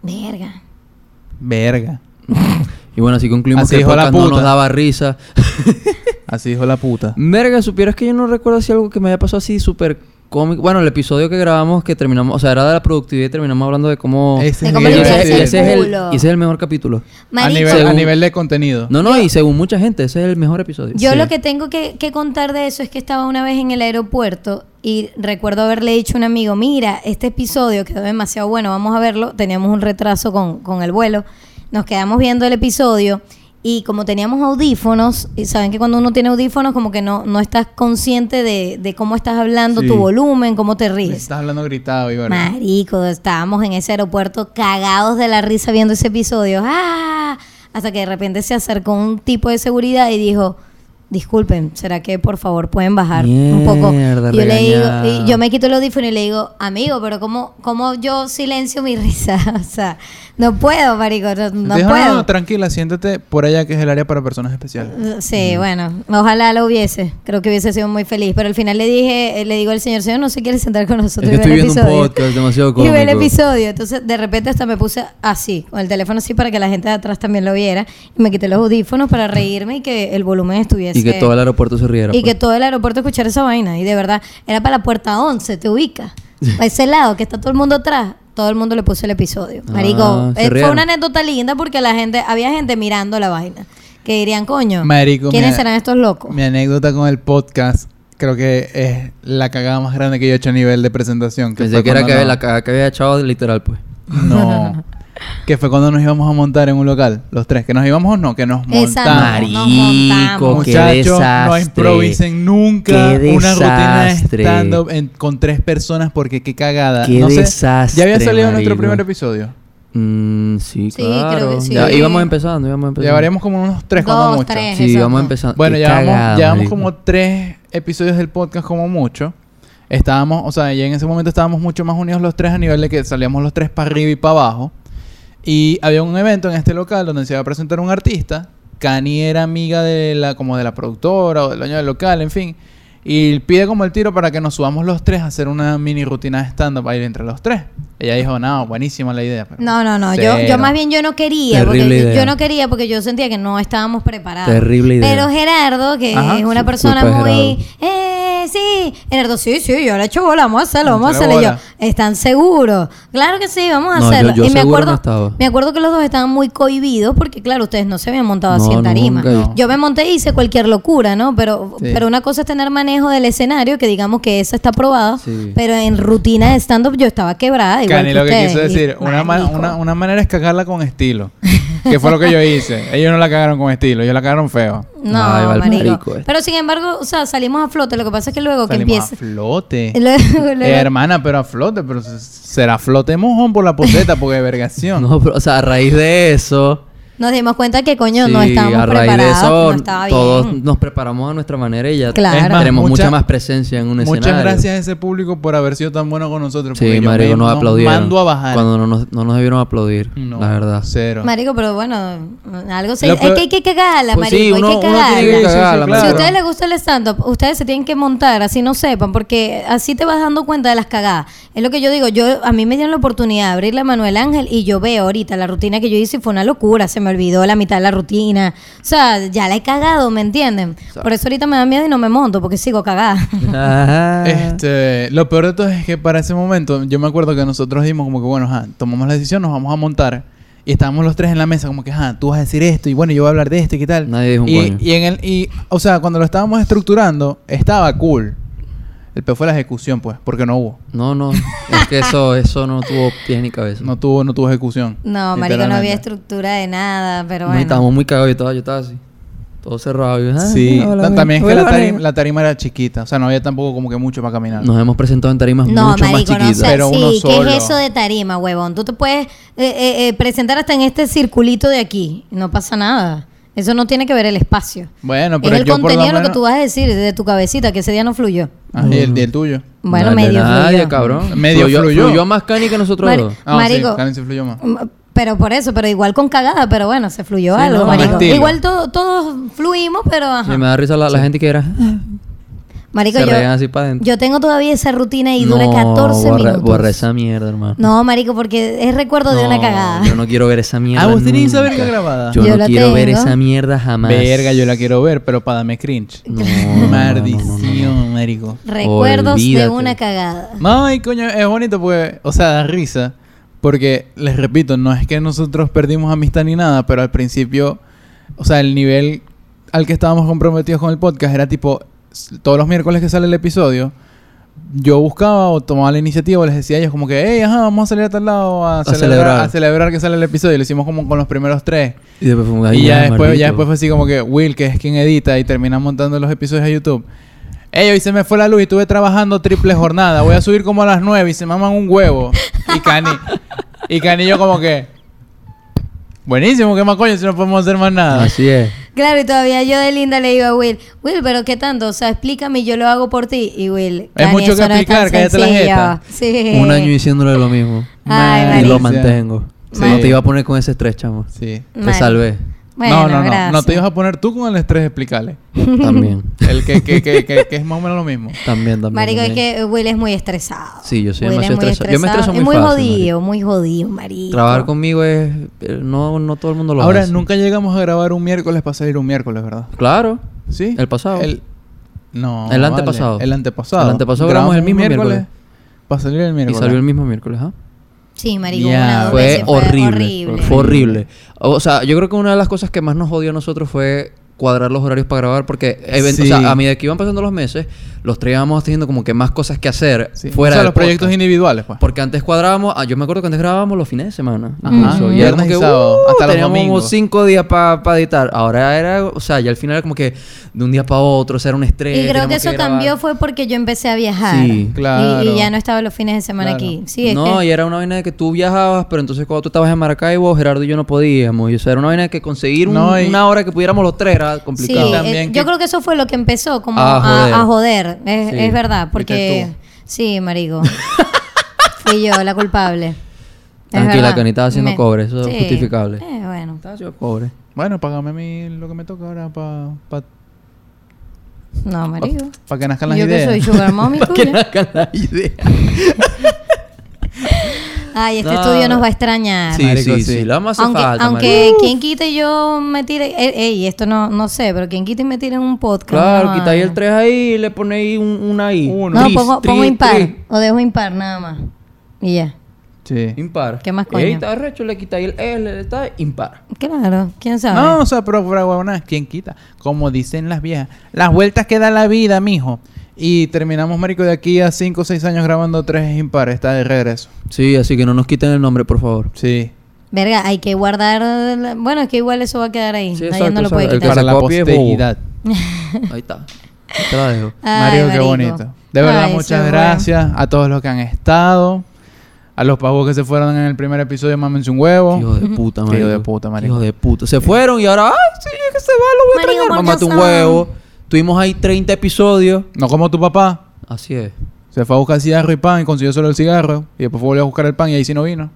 S3: Verga.
S2: Verga.
S1: Y bueno, así concluimos
S2: Así
S1: que el
S2: dijo la
S1: podcast no
S2: puta.
S1: nos daba risa.
S2: Así dijo la puta.
S1: Verga, supieras que yo no recuerdo si algo que me haya pasado así súper cómico. Bueno, el episodio que grabamos que terminamos, o sea, era de la productividad y terminamos hablando de cómo...
S3: De
S2: es
S1: Y
S3: cómo
S2: el-
S3: le
S1: ese,
S3: limpiarse
S1: y
S3: el
S1: ese es el,
S3: culo.
S1: y ese es el mejor capítulo.
S2: a,
S3: Marico,
S2: nivel, a
S1: Según-
S2: nivel de contenido.
S1: No, no, y según mucha gente, ese es el mejor episodio.
S3: Yo
S1: Sí.
S3: lo que tengo que, que contar de eso es que estaba una vez en el aeropuerto y recuerdo haberle dicho a un amigo, mira, este episodio quedó demasiado bueno, vamos a verlo. Teníamos un retraso con, con el vuelo, nos quedamos viendo el episodio y como teníamos audífonos, y saben que cuando uno tiene audífonos como que no, no estás consciente de, de cómo estás hablando,
S2: Sí.
S3: tu volumen, cómo te ríes.
S2: Estás hablando gritado, Iván.
S3: Marico, estábamos en ese aeropuerto cagados de la risa viendo ese episodio. ¡Ah! Hasta que de repente se acercó un tipo de seguridad y dijo, disculpen, ¿será que por favor pueden bajar un poco?
S1: Mierda,
S3: Y yo le digo,
S1: regañado.
S3: y yo me quito el audífono y le digo, amigo, pero ¿cómo, cómo yo silencio mi risa? o sea, No puedo, marico, no, no
S2: Te dijo,
S3: puedo.
S2: tranquila, siéntate por allá que es el área para personas especiales.
S3: Eh, Sí,
S1: Mm.
S3: bueno, ojalá lo hubiese. Creo que hubiese sido muy feliz. Pero al final le dije, eh, le digo al señor, señor, no se quiere sentar con nosotros.
S1: Es que
S3: y ve
S1: estoy
S3: el
S1: viendo un
S3: episodio".
S1: podcast demasiado
S3: Y ve el
S1: cómico.
S3: episodio. Entonces, de repente hasta me puse así, con el teléfono así para que la gente de atrás también lo viera. Y me quité los audífonos para reírme y que el volumen estuviese.
S1: Y que todo el aeropuerto se riera.
S3: Y que
S1: pues.
S3: todo el aeropuerto escuchara esa vaina. Y de verdad, era para la puerta 11, te ubicas. A ese lado que está todo el mundo atrás, todo el mundo le puso el episodio.
S1: Ah,
S3: Marico,
S1: se
S3: eh, fue
S1: rieron.
S3: una anécdota linda porque la gente, había gente mirando la vaina. Que dirían, coño,
S2: Marico,
S3: ¿quiénes
S2: mi-
S3: serán estos locos?
S2: Mi anécdota con el podcast creo que es la cagada más grande que yo he hecho a nivel de presentación.
S1: Pensé
S2: fue
S1: que era
S2: cuando
S1: que,
S2: nos-
S1: la caga que había echado literal, pues.
S2: No. que fue cuando nos íbamos a montar en un local, los tres. Que nos íbamos o no, que nos montamos.
S3: Exacto. Mari- Nos montamos.
S1: Marico, qué
S2: Muchachos,
S1: desastre.
S2: no improvisen nunca
S1: Qué
S2: una rutina de
S1: desastre.
S2: stand-up en- con tres personas porque qué cagada.
S1: Qué
S2: no sé,
S1: desastre,
S2: Ya había salido nuestro
S1: marico.
S2: primer episodio.
S1: Mm, sí,
S3: Sí, creo
S1: claro.
S3: que sí.
S1: Ya, íbamos empezando, íbamos empezando.
S2: Llevaríamos como unos tres como
S3: Dos,
S2: mucho.
S3: tres.
S1: Sí,
S3: Exacto.
S1: íbamos empezando.
S2: Bueno,
S1: Qué
S2: llevamos,
S1: cagada,
S2: llevamos
S1: marico.
S2: como tres episodios del podcast como mucho. Estábamos, o sea, ya en ese momento estábamos mucho más unidos los tres a nivel de que salíamos los tres para arriba y para abajo. Y había un evento en este local donde se iba a presentar un artista. Cani era amiga de la, como de la productora o del dueño del local, en fin. Y pide como el tiro para que nos subamos los tres a hacer una mini rutina de stand-up ahí entre los tres. Ella dijo, no, buenísima la idea. pero
S3: No, no, no. Yo, yo
S2: cero".
S3: más bien yo no quería.
S1: Terrible
S3: porque yo-
S1: idea.
S3: Yo no quería porque yo sentía que no estábamos preparados.
S1: Terrible idea.
S3: Pero Gerardo, que
S2: Ajá,
S3: es una
S1: sí,
S3: persona
S1: culpa de
S3: muy... Eh, sí. Gerardo, sí, sí, yo le echo bola, vamos a hacerlo, vamos a
S2: Échale
S3: hacerlo. Y yo,
S2: bola.
S3: ¿están seguros? Claro que sí, vamos a
S1: No, yo-
S3: hacerlo.
S1: yo
S3: y me
S1: seguro no
S3: acuerdo,
S1: estaba.
S3: me acuerdo que los dos estaban muy cohibidos porque, claro, ustedes no se habían montado así
S1: No,
S3: en tarima.
S1: nunca. No.
S3: Yo me monté y hice cualquier locura, ¿no? Pero,
S2: Sí.
S3: pero una cosa es tener manejo del escenario, que digamos que esa está probada,
S1: Sí.
S3: pero en rutina de stand-up yo estaba quebrada. Igual
S2: Cani,
S3: que
S2: lo que
S3: ustedes.
S2: quiso
S3: Y-
S2: decir, una, ma-
S3: Marico.
S2: una- una manera es cagarla con estilo. que fue lo que yo hice. Ellos no la cagaron con estilo, ellos la cagaron feo.
S3: No,
S1: Ay, va el
S3: marico.
S1: marico este.
S3: Pero sin embargo, o sea, salimos a flote. Lo que pasa es que luego
S2: Salimos
S3: que
S2: a
S3: empieza.
S2: flote.
S3: Luego- luego-
S2: Eh, hermana, pero a flote, pero se- será flote mojón por la puteta, porque de vergación.
S1: No, pero, o sea, a raíz de eso.
S3: nos dimos cuenta que coño no
S1: sí,
S3: estábamos
S1: a raíz de
S3: preparados,
S1: eso,
S3: no estaba bien.
S1: todos nos preparamos a nuestra manera y ya
S3: Claro. Es más,
S1: tenemos
S2: mucha-
S1: mucha más presencia en un escenario.
S2: Muchas gracias a ese público por haber sido tan bueno con nosotros.
S1: Sí,
S2: porque yo
S1: marico,
S2: me-
S1: nos aplaudieron.
S2: mando a bajar.
S1: Cuando no nos, no nos debieron aplaudir,
S2: No,
S1: la verdad.
S2: Cero.
S3: Marico, pero bueno, algo se...
S2: Lo
S3: Es
S2: peor-
S3: que hay que cagarla,
S1: Pues
S3: marico, hay que cagarla.
S1: tiene que
S2: Sí, sí, sí,
S1: cagarla,
S2: claro.
S3: Si a
S1: marico.
S3: ustedes les gusta el stand-up, ustedes se tienen que montar, así no sepan, porque así te vas dando cuenta de las cagadas. Es lo que yo digo, yo a mí me dieron la oportunidad de abrirle a Manuel Ángel y yo veo ahorita la rutina que yo hice y fue una locura, se me olvidó la mitad de la rutina. O sea, ya la he cagado, ¿me entienden? Por eso ahorita me da miedo y no me monto, porque sigo cagada.
S1: Ajá.
S2: Este, lo peor de todo es que para ese momento, yo me acuerdo que nosotros dimos como que, bueno, ajá, tomamos la decisión, nos vamos a montar. Y estábamos los tres en la mesa, como que, ajá, tú vas a decir esto, y bueno, yo voy a hablar de esto, y qué tal.
S1: Nadie dijo un
S2: y,
S1: coño.
S2: y en el, y, o sea, cuando lo estábamos estructurando, estaba cool. El peor fue la ejecución, pues, porque no hubo.
S1: No, no. Es que eso, eso no tuvo pies ni cabeza.
S2: No tuvo, no tuvo ejecución.
S3: No, marico, no había
S2: literalmente.
S3: estructura de nada, pero
S1: No, y
S3: bueno.
S1: Estábamos muy cagados y todo. Yo estaba así. Todo cerrado. y yo, ah,
S2: Sí,
S1: hola,
S2: tam-
S1: amigo.
S2: también es que
S1: Hola,
S2: la tarima,
S1: amigo.
S2: la tarima era chiquita, o sea, no había tampoco como que mucho para caminar.
S1: Nos hemos presentado en tarimas
S3: No,
S1: mucho
S3: marico,
S1: más
S3: no
S1: chiquitas.
S3: sé.
S2: Pero uno
S3: Sí, ¿qué
S2: solo.
S3: es eso de tarima, huevón? Tú te puedes eh, eh, eh, presentar hasta en este circulito de aquí. No pasa nada. Eso no tiene que ver el espacio.
S2: Bueno, pero
S3: es el
S2: yo por lo
S3: contenido lo que
S2: menos-
S3: tú vas a decir de tu cabecita, que ese día no fluyó.
S2: Ah, y el, y el tuyo.
S3: Bueno,
S1: No, de
S3: medio
S1: nadie,
S3: fluyó.
S1: cabrón.
S2: Medio fluyó.
S1: Fluyó más cani que nosotros
S3: Mari-
S1: dos.
S2: Ah,
S3: Marico.
S2: sí, Karen se fluyó más.
S3: M- Mm, Pero por eso, pero igual con cagada, pero bueno, se fluyó
S1: Sí,
S3: algo,
S1: no,
S3: marico.
S2: estilo.
S3: Igual todo- todos fluimos, pero ajá.
S1: Y me da risa la, la gente que era... "Ah".
S3: Marico,
S1: se
S3: yo,
S1: reían así para adentro.
S3: yo tengo todavía esa rutina y dura
S1: No,
S3: 14
S1: borra,
S3: minutos.
S1: borra esa mierda, hermano.
S3: No, marico, porque es recuerdo de una
S1: No,
S3: cagada.
S1: Yo no quiero ver esa mierda.
S2: Ah, vos tenés esa
S1: nunca.
S2: verga grabada.
S1: Yo,
S3: Yo
S1: no
S3: la
S1: quiero ver
S3: tengo.
S1: esa mierda jamás.
S2: Verga, yo la quiero ver, pero para darme cringe.
S1: No, no,
S2: Maldición,
S1: no, no, no.
S2: marico.
S3: Recuerdos de
S1: Olvídate.
S3: una cagada.
S2: No, y coño, es bonito porque, o sea, da risa. Porque, les repito, no es que nosotros perdimos amistad ni nada, pero al principio, o sea, el nivel al que estábamos comprometidos con el podcast era tipo, s- todos los miércoles que sale el episodio, yo buscaba o tomaba la iniciativa, o les decía a ellos como que, hey, ajá, vamos a salir a tal lado a, celebrar,
S1: celebrar.
S2: a celebrar que sale el episodio. Y lo hicimos como con los primeros tres.
S1: Y después fue un
S2: Y
S1: "Ay,
S2: ya después,
S1: maldito".
S2: ya después fue así como que Will, que es quien edita y termina montando los episodios a YouTube. Ey, hoy se me fue la luz y estuve trabajando triple jornada. Voy a subir como a las 9 y se maman un huevo. Y Cani. Y Cani yo como que. Buenísimo, ¿qué más coño si no podemos hacer más nada?
S1: Así es.
S3: Claro, y todavía yo de linda le digo a Will, Will, pero ¿qué tanto? O sea, explícame y yo lo hago por ti. Y Will,
S2: Hay
S3: "Dani,
S2: mucho
S3: eso
S2: que
S3: no es tan
S2: explicar, cállate la
S3: sencillo".
S2: jeta.
S3: Sí.
S1: Un año diciéndole lo mismo.
S3: Ay,
S1: y
S3: marico.
S1: lo mantengo. Sí. No te iba a poner con ese estrés, chamo.
S2: Sí.
S1: Te
S3: Mal.
S1: salvé.
S3: Bueno,
S2: no, no, no.
S3: gracias.
S2: No te ibas a poner tú con el estrés, explícale.
S1: También.
S2: El que, que, que, que, que es más o menos lo mismo.
S1: También, también.
S3: Marico, es
S1: también.
S3: que Will es muy estresado.
S1: Sí, yo soy
S3: Will
S1: demasiado
S3: muy
S1: estresado. Yo me estreso muy
S3: es muy
S1: fácil,
S3: jodido, muy jodido, marico.
S1: Trabajar conmigo es... eh, No, no todo el mundo lo
S2: Ahora,
S1: hace.
S2: nunca llegamos a grabar un miércoles para salir un miércoles, ¿verdad?
S1: Claro.
S2: ¿Sí?
S1: El pasado.
S2: El... No.
S1: El
S2: vale.
S1: antepasado.
S2: El antepasado.
S1: El antepasado grabamos el
S2: un
S1: mismo miércoles.
S2: Para salir el
S1: Y
S2: miércoles.
S1: salió el mismo miércoles, ¿ah?
S3: Sí, marico,
S2: Ya,
S3: una, dos
S1: Fue,
S3: veces,
S1: horrible,
S3: Ah, horrible.
S1: Fue horrible. O sea, yo creo que una de las cosas que más nos jodió a nosotros fue cuadrar los horarios para grabar porque event-
S2: Sí.
S1: o sea, a medida que iban pasando los meses, los tres íbamos teniendo como que más cosas que hacer
S2: Sí. o
S1: fuera
S2: sea,
S1: del
S2: los proyectos
S1: podcast.
S2: individuales, pues.
S1: Porque antes cuadrábamos, ah, yo me acuerdo que antes grabábamos los fines de semana.
S2: Ajá.
S1: incluso, Y era
S2: Viernes
S1: como
S2: y
S1: que,
S2: sábado,
S1: uh,
S2: hasta los
S1: teníamos como
S2: domingos.
S1: cinco días para editar. Ahora era, o sea, ya al final era como que de un día para otro, o sea, era un estrés.
S3: Y creo
S1: teníamos
S3: que eso
S1: grabar.
S3: cambió fue porque yo empecé a viajar.
S1: Sí,
S3: Y-
S2: claro.
S3: Y, ya no estaba los fines de semana
S2: Claro.
S3: aquí. Sí, es
S1: no,
S3: que-
S1: y era una vaina de que tú viajabas, pero entonces cuando tú estabas en Maracaibo, Gerardo y yo no podíamos. Y o sea, era una vaina de que conseguir un-
S2: No, y-
S1: una hora que pudiéramos los tres era
S3: Sí,
S1: complicado.
S3: eh,
S2: También
S3: yo
S2: que-
S3: creo que eso fue lo que empezó como
S1: A
S3: a
S1: joder.
S3: a joder. Es,
S1: Sí.
S3: es verdad, porque...
S2: Fuiste
S3: Sí, marico. Fui yo la culpable. Es
S1: Tranquila,
S3: verdad.
S1: Canita, haciendo cobre, eso es
S3: Sí.
S1: justificable.
S3: Eh, bueno.
S1: Estaba yo pobre.
S2: Bueno, págame a mí lo que me toca ahora para pa,
S3: No, marico.
S2: pa- pa que nazcan las
S3: yo
S2: ideas.
S3: que soy sugar mommy
S1: ¿Para qué
S3: tuya.
S1: nacan las ideas?
S3: Ay, este
S1: No.
S3: estudio nos va a extrañar.
S1: Sí,
S2: Marico,
S1: sí, sí,
S2: sí.
S1: La vamos a hacer
S3: aunque
S1: falta,
S3: aunque
S1: marico.
S3: quien quite y yo me tire... eh, Ey, esto no, no sé, pero quien quite y me tire en un podcast.
S1: Claro,
S3: no,
S1: quitáis
S3: no.
S1: el 3 ahí y le ponéis un, un ahí.
S2: Uno.
S3: No,
S1: Tris,
S3: pongo,
S1: tris,
S3: pongo impar.
S1: tris.
S3: O dejo impar nada más. Y ya.
S2: Sí.
S1: Impar.
S3: ¿Qué más
S1: Y ahí
S3: coño?
S1: está recho, le quitáis el L, está impar.
S3: Claro, quién sabe.
S2: No, o sea, pero fuera huevona, ¿quién quita? Como dicen las viejas, las vueltas que da la vida, mijo. Y terminamos, marico, de aquí a 5 o 6 años grabando tres impares, está de regreso.
S1: Sí, así que no nos quiten el nombre, por favor.
S2: Sí.
S3: Verga, hay que guardar. la- Bueno, es que igual eso va a quedar ahí.
S1: Sí,
S3: Nadie
S1: exacto,
S3: no lo puede
S1: exacto. El que
S3: quitar.
S1: se
S2: Para la
S1: copie es bobo.
S2: posteridad.
S1: Ahí está. Te la dejo.
S3: Ay,
S2: Mario, qué bonito. De verdad,
S3: Ay,
S2: muchas
S3: sí,
S2: gracias a todos los que han estado. A los pavos que se fueron en el primer episodio, mámense un huevo.
S1: Hijo de puta,
S2: Qué
S1: marico.
S2: Oh, hijo de puta, marico.
S1: Hijo de puta. Se fueron y ahora, ay, sí, es que se va, lo voy a
S3: Marico,
S1: extrañar.
S3: ¿por qué
S1: Mamate un
S3: son?
S1: huevo. Tuvimos ahí 30 episodios.
S2: No como tu papá.
S1: Así es.
S2: Se fue a buscar cigarro y pan y consiguió solo el cigarro. Y después volvió a buscar el pan y ahí sí no vino.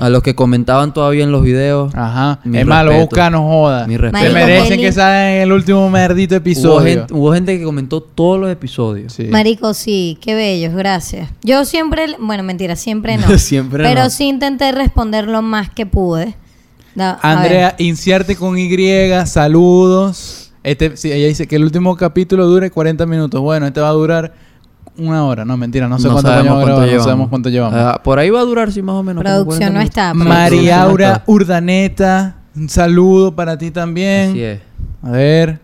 S1: A los que comentaban todavía en los videos.
S2: Ajá.
S1: Mi
S2: es malo,
S1: respeto.
S2: busca, no joda.
S1: Mi
S2: Se
S1: respeto.
S3: Marico,
S2: merecen
S3: feliz.
S2: que salgan en el último merdito
S1: Hubo
S2: episodio.
S1: gente, hubo gente que comentó todos los episodios.
S2: Sí.
S3: Marico, sí, qué bellos, gracias. Yo siempre, bueno, mentira, siempre no.
S1: Siempre
S3: pero
S1: no.
S3: sí intenté responder lo más que pude. Da- a
S2: Andrea, inciarte con Y, saludos. Este, sí, ella dice que el último capítulo dure 40 minutos. Bueno, este va a durar una hora. No, mentira, no sé cuánto,
S1: sabemos
S2: coño va a
S1: cuánto
S2: grabar, no
S1: llevamos.
S2: sabemos cuánto llevamos.
S1: Ah, por ahí va a durar, sí, más o menos. como
S3: Producción
S1: 40
S3: no está,
S1: minutos.
S2: María
S1: Producción no
S2: Aura
S1: está.
S2: Urdaneta, un saludo para ti también.
S1: Así es.
S2: A ver,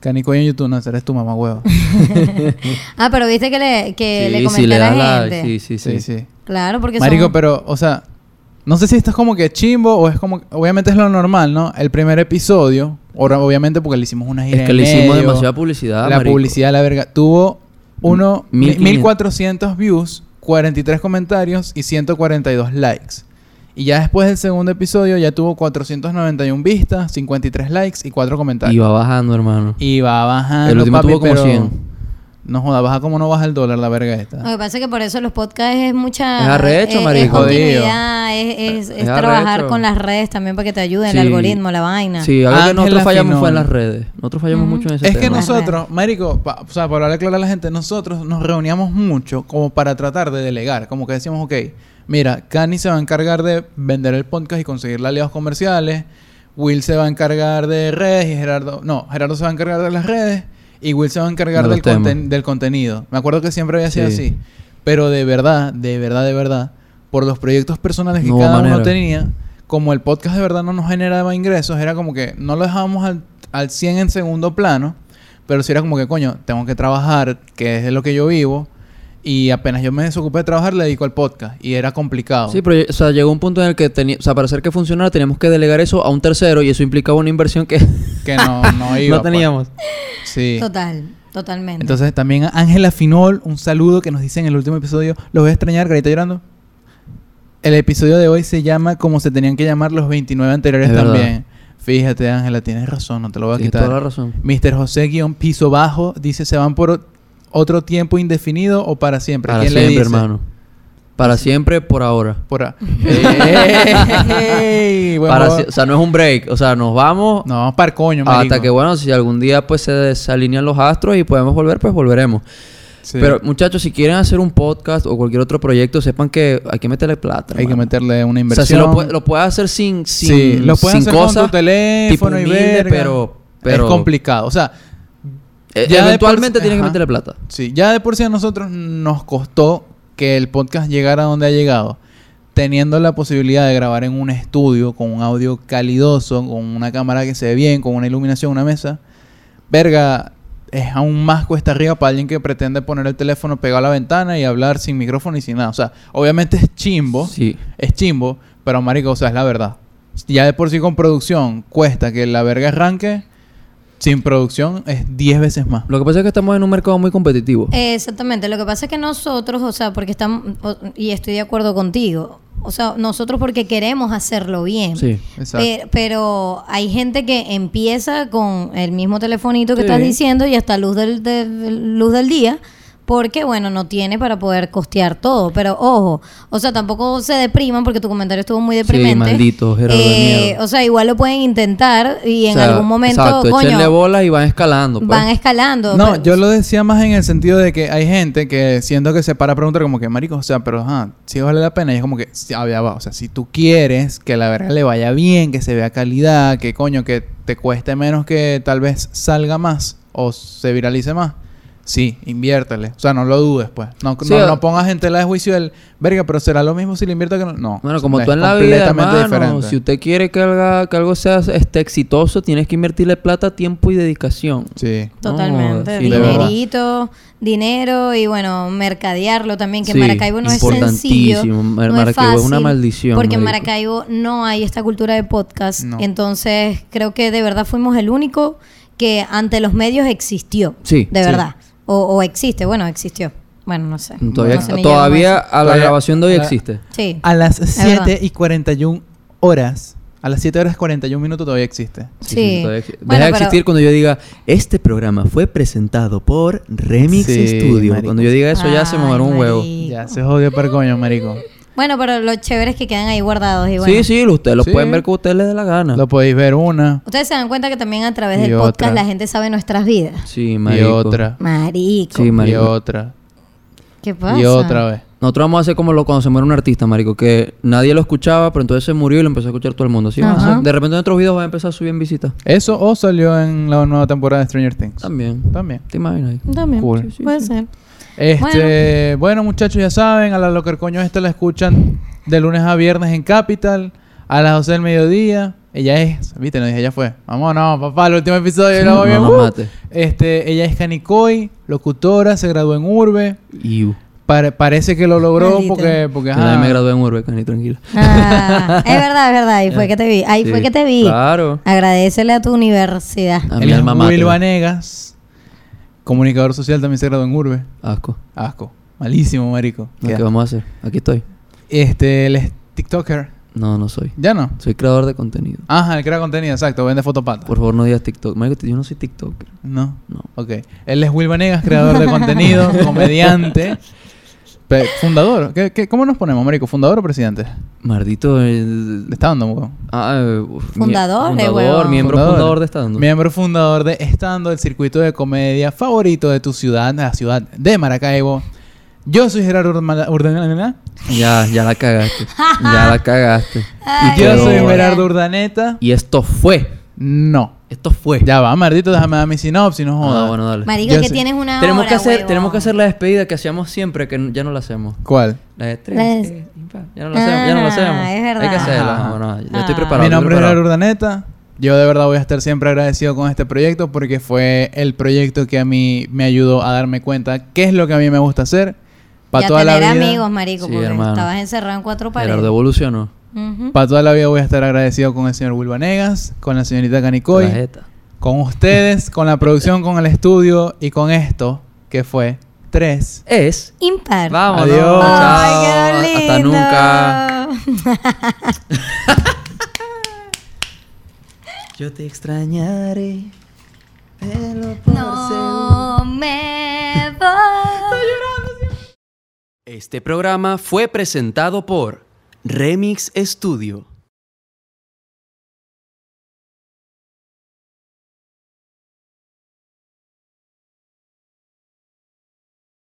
S2: Canicoy en YouTube, no, eres tu mamá huevo.
S3: ver. Ah, pero viste que le, que le
S1: sí,
S3: comenté
S1: sí, le
S3: a
S1: da
S3: la
S1: la...
S3: gente.
S1: Sí, sí,
S2: sí,
S1: sí.
S2: sí.
S3: Claro, porque
S2: Marico,
S3: son-
S2: pero, o sea, no sé si esto es como que chimbo o es como, obviamente es lo normal, ¿no? El primer episodio, ahora obviamente porque le hicimos una gira
S1: Es que
S2: en
S1: le hicimos
S2: medio,
S1: demasiada publicidad,
S2: La
S1: Ah, marico.
S2: publicidad, la verga, tuvo uno,
S1: Mil
S2: mi-
S1: quinientos.
S2: 1400 views, 43 comentarios y 142 likes. Y ya después del segundo episodio ya tuvo 491 vistas, 53 likes y 4
S1: Y
S2: comentarios.
S1: va bajando, hermano.
S2: Y va bajando,
S1: El último
S2: papi,
S1: tuvo como
S2: pero
S1: 100.
S2: No joda, baja como no baja el dólar la verga esta.
S3: Lo que pasa es que por eso los podcasts es mucha...
S1: Es arrecho,
S3: es- Es,
S1: marico.
S3: continuidad, es, es-
S1: Es
S3: es trabajar
S1: arrecho.
S3: con las redes también para que te ayuden,
S1: Sí.
S3: el algoritmo, la vaina.
S1: Sí, algo que
S2: Ángela
S1: nosotros fallamos
S2: Finón.
S1: fue en las redes. Nosotros fallamos mucho en ese
S2: Es que
S3: no-
S1: tema.
S2: nosotros, marico, pa- o sea, para hablar claro a la gente, nosotros nos reuníamos mucho como para tratar de delegar, como que decíamos, ok, mira, Cani se va a encargar de vender el podcast y conseguirle aliados comerciales, Will se va a encargar de redes y Gerardo, no, Gerardo se va a encargar de las redes y Will se va a encargar
S1: De los
S2: del, conten-
S1: temas.
S2: del contenido. Me acuerdo que siempre había sido
S1: Sí.
S2: así, pero de verdad, de verdad, de verdad, por los proyectos personales que
S1: No hubo
S2: cada
S1: manera.
S2: uno tenía, como el podcast de verdad no nos generaba ingresos, era como que no lo dejábamos al, al 100 en segundo plano, pero sí era como que, coño, tengo que trabajar, que es de lo que yo vivo, y apenas yo me desocupé de trabajar, le dedico al podcast, y era complicado.
S1: Sí, pero o sea, llegó un punto en el que tenía, o sea, para hacer que funcionara teníamos que delegar eso a un tercero y eso implicaba una inversión que
S2: Que no, no iba.
S1: no teníamos.
S2: pues. Sí.
S3: Total, totalmente.
S2: Entonces también a Ángela Finol, un saludo que nos dice en el último episodio, los voy a extrañar, carita llorando. El episodio de hoy se llama como se tenían que llamar los 29 anteriores
S1: Es verdad.
S2: también. Fíjate, Ángela, tienes razón, no te lo voy a
S1: Tienes
S2: quitar.
S1: toda la razón.
S2: Mr. José guión piso bajo dice se van por o- otro tiempo indefinido o para siempre.
S1: Para
S2: ¿Quién
S1: siempre,
S2: le dice?
S1: hermano. Para siempre, por ahora.
S2: Por a- Ey, buen
S1: Para
S2: huevo.
S1: si- o sea, no es un break. O sea, nos vamos
S2: No, vamos para el coño, marico.
S1: hasta que, bueno, si algún día pues se desalinean los astros y podemos volver, pues volveremos.
S2: Sí.
S1: Pero, muchachos, si quieren hacer un podcast o cualquier otro proyecto, sepan que hay que meterle plata.
S2: Hay que
S1: hermano.
S2: meterle una
S1: O sea,
S2: inversión.
S1: si lo, puede- lo puedes hacer sin, sin,
S2: sí, lo puedes
S1: sin
S2: hacer
S1: cosas.
S2: con tu teléfono y
S1: tipo humilde,
S2: verga.
S1: pero- pero-
S2: es complicado. O sea,
S1: Eh,
S2: Ya de
S1: eventualmente
S2: por-
S1: tienes que
S2: ajá.
S1: meterle plata.
S2: sí, ya de por sí a nosotros nos costó que el podcast llegara donde ha llegado, teniendo la posibilidad de grabar en un estudio con un audio calidoso, con una cámara que se ve bien, con una iluminación, una mesa. Verga, es aún más cuesta arriba para alguien que pretende poner el teléfono pegado a la ventana y hablar sin micrófono y sin nada. O sea, obviamente es chimbo.
S1: Sí.
S2: es chimbo, pero marico, o sea, es la verdad. Ya de por sí con producción cuesta que la verga arranque, sin producción es 10 veces más.
S1: Lo que pasa es que estamos en un mercado muy competitivo.
S3: Eh, exactamente. Lo que pasa es que nosotros, o sea, porque estamos, o- y estoy de acuerdo contigo, o sea, nosotros porque queremos hacerlo bien.
S1: Sí.
S2: Exacto.
S3: Pe- Pero, hay gente que empieza con el mismo telefonito que
S1: Sí.
S3: estás diciendo y hasta luz del, del- luz del día. Porque, bueno, no tiene para poder costear todo. Pero, ojo, o sea, tampoco se depriman porque tu comentario estuvo muy deprimente. Eh,
S1: maldito, Gerardo de mierda.
S3: O sea, igual lo pueden intentar y en
S1: O sea,
S3: algún momento,
S1: Exacto, échenle
S3: coño,
S1: bolas y van escalando. pues.
S3: van escalando.
S2: No,
S3: pero-
S2: yo lo decía más en el sentido de que hay gente que siento que se para a preguntar como que, marico, o sea, pero ajá, si vale la pena. Y es como que, sí, ah, ya va, o sea, si tú quieres que la verga le vaya bien, que se vea calidad, que coño, que te cueste menos que tal vez salga más o se viralice más. Sí, inviértele. O sea, no lo dudes, pues. No,
S1: Sí,
S2: no,
S1: o-
S2: no pongas en tela de juicio el, verga, pero será lo mismo si le invierto que no. No.
S1: Bueno, como
S2: es
S1: tú en la vida,
S2: completamente
S1: hermano, si usted quiere que, haga- que algo sea este, exitoso, tienes que invertirle plata, tiempo y dedicación.
S2: Sí.
S1: No,
S3: Totalmente.
S1: sí,
S2: de verdad.
S3: Dinerito, dinero y bueno, mercadearlo también, que
S1: Sí,
S3: Maracaibo no es
S1: importantísimo.
S3: sencillo.
S1: Mar-
S3: no
S1: Maracaibo es
S3: fácil,
S1: una maldición,
S3: Porque en
S1: marico.
S3: Maracaibo no hay esta cultura de podcast.
S2: No.
S3: Entonces, creo que de verdad fuimos el único que ante los medios existió.
S1: Sí,
S3: De
S1: sí.
S3: verdad. O, o existe, bueno, existió. Bueno, no sé.
S1: Todavía,
S3: No sé ni yo
S1: todavía
S3: cómo
S1: a la
S2: Todavía-
S1: grabación de hoy
S2: a la-
S1: existe.
S3: es. Sí.
S2: A las
S3: verdad.
S2: 7 y 41 horas, a las 7 horas 41 minutos todavía existe.
S3: Sí.
S1: todavía exi- Deja
S3: Bueno,
S1: de
S3: pero-
S1: existir cuando yo diga, este programa fue presentado por Remix
S2: Sí,
S1: Studio.
S2: marico.
S1: Cuando yo diga eso ya se me
S3: Ay,
S1: muere un huevo.
S3: marico.
S2: Ya, se jodió para coño, marico.
S3: Bueno, pero los chéveres que quedan ahí guardados. Y bueno,
S1: Sí, sí, lo- ustedes lo
S2: Sí.
S1: pueden ver como a ustedes les dé la gana.
S2: Lo podéis ver una
S3: Ustedes se dan cuenta que también a través
S2: Y
S3: del podcast
S2: otra.
S3: la gente sabe nuestras vidas.
S1: Sí,
S2: y
S1: marico.
S2: otra
S3: Marico.
S1: Sí,
S2: y
S1: marico.
S2: otra
S3: ¿Qué pasa?
S2: y otra vez.
S1: Nosotros vamos a hacer como lo, cuando se muere un artista, marico, que nadie lo escuchaba, pero entonces se murió y lo empezó a escuchar todo el mundo. ¿sí?
S3: Ajá.
S1: Vamos a hacer- de repente en otros videos va a empezar a subir en visitas.
S2: Eso o salió en la nueva temporada de Stranger Things.
S1: También.
S2: También.
S1: ¿Te imaginas? ahí?
S3: También.
S2: Cool.
S3: Sí, sí, Puede ser.
S2: Este, bueno. muchachos, ya saben, a la Locker Coño esta la escuchan de lunes a viernes en Capital, a las 12 del mediodía. Ella es, viste, no dije, ella fue. Vámonos, papá, el último episodio, lo hago
S1: No
S2: bien.
S1: nos
S2: ¡Uh!
S1: mate.
S2: Este, ella es Canicoy, locutora, se graduó en Urbe.
S1: Iu.
S2: Pare- parece que lo logró
S3: Maldita.
S2: porque, porque
S1: Yo
S2: ajá,
S1: también me gradué en Urbe, Cani, tranquila.
S3: Ah, es verdad, es verdad. Ahí fue que te vi. Ahí
S1: Sí,
S3: fue que te vi.
S1: Claro.
S3: Agradecele a tu universidad.
S1: A
S2: él
S1: mi
S2: es
S1: alma mater.
S2: Will Vanegas, comunicador social, también se graduó en Urbe.
S1: Asco.
S2: Asco. Malísimo, marico.
S1: No,
S2: Qué
S1: ¿Qué vamos a hacer? Aquí estoy.
S2: Este, él es TikToker.
S1: No, no soy.
S2: ¿Ya no?
S1: Soy creador de contenido.
S2: Ajá, él crea contenido, exacto. Vende fotopata.
S1: Por favor, no digas TikTok. Marico, yo no soy TikToker.
S2: No.
S1: No.
S2: Ok. Él es Will Vanegas, creador de contenido, comediante. Pe- fundador. ¿Qué, qué, cómo nos ponemos, marico? ¿Fundador o presidente?
S1: Mardito. eh,
S2: Le está dando, weón.
S1: ah, eh, uf, mie-
S3: Fundador, eh,
S1: Fundador,
S3: huevón.
S1: miembro fundador de Estando.
S2: Miembro fundador de Estando, el circuito de comedia favorito de tu ciudad, la ciudad de Maracaibo. Yo soy Gerardo Urma- Urdaneta.
S1: Ya, ya la cagaste. ya la cagaste.
S3: Ay,
S1: quedó
S2: Yo soy
S1: bueno.
S2: Gerardo Urdaneta.
S1: Y esto fue.
S2: No.
S1: Esto fue.
S2: Ya va, Mardito, déjame dar mi sinopsis, no jodas.
S1: Ah, bueno, dale.
S3: Marico,
S2: Yo
S3: que
S2: sé.
S3: tienes una
S1: tenemos
S3: hora,
S1: que hacer,
S3: huevón.
S1: tenemos que hacer la despedida que hacíamos siempre, que n- ya no la hacemos.
S2: ¿Cuál?
S1: La de tres.
S3: La de-
S1: eh, y pa. Ya no la hacemos, ya no la
S3: Ah,
S1: hacemos.
S3: es
S1: Hay
S3: verdad.
S1: que hacerla.
S2: Ajá.
S1: No, no, yo estoy
S3: Ah.
S1: preparado.
S2: Mi
S1: estoy
S2: nombre es
S1: preparado.
S2: Gerardo Urdaneta. Yo de verdad voy a estar siempre agradecido con este proyecto porque fue el proyecto que a mí me ayudó a darme cuenta qué es lo que a mí me gusta hacer para
S3: Ya
S2: toda la
S3: tener
S2: vida.
S3: amigos, marico,
S1: Sí,
S3: porque
S1: hermano.
S3: estabas encerrado en cuatro paredes.
S1: Gerardo evolucionó.
S3: Ujú.
S2: Para toda la vida voy a estar agradecido con el señor Wilvanegas, con la señorita
S1: La
S2: Canicoy,
S1: jeta.
S2: con ustedes, con la producción, con el estudio y con esto que fue 3.
S1: Es.
S3: Impar.
S1: Vamos.
S2: Adiós.
S1: Chao.
S3: Ay, qué
S1: Hasta
S3: lindo.
S1: nunca. Yo te extrañaré.
S3: No me voy.
S4: Este programa fue presentado por Remix Studio.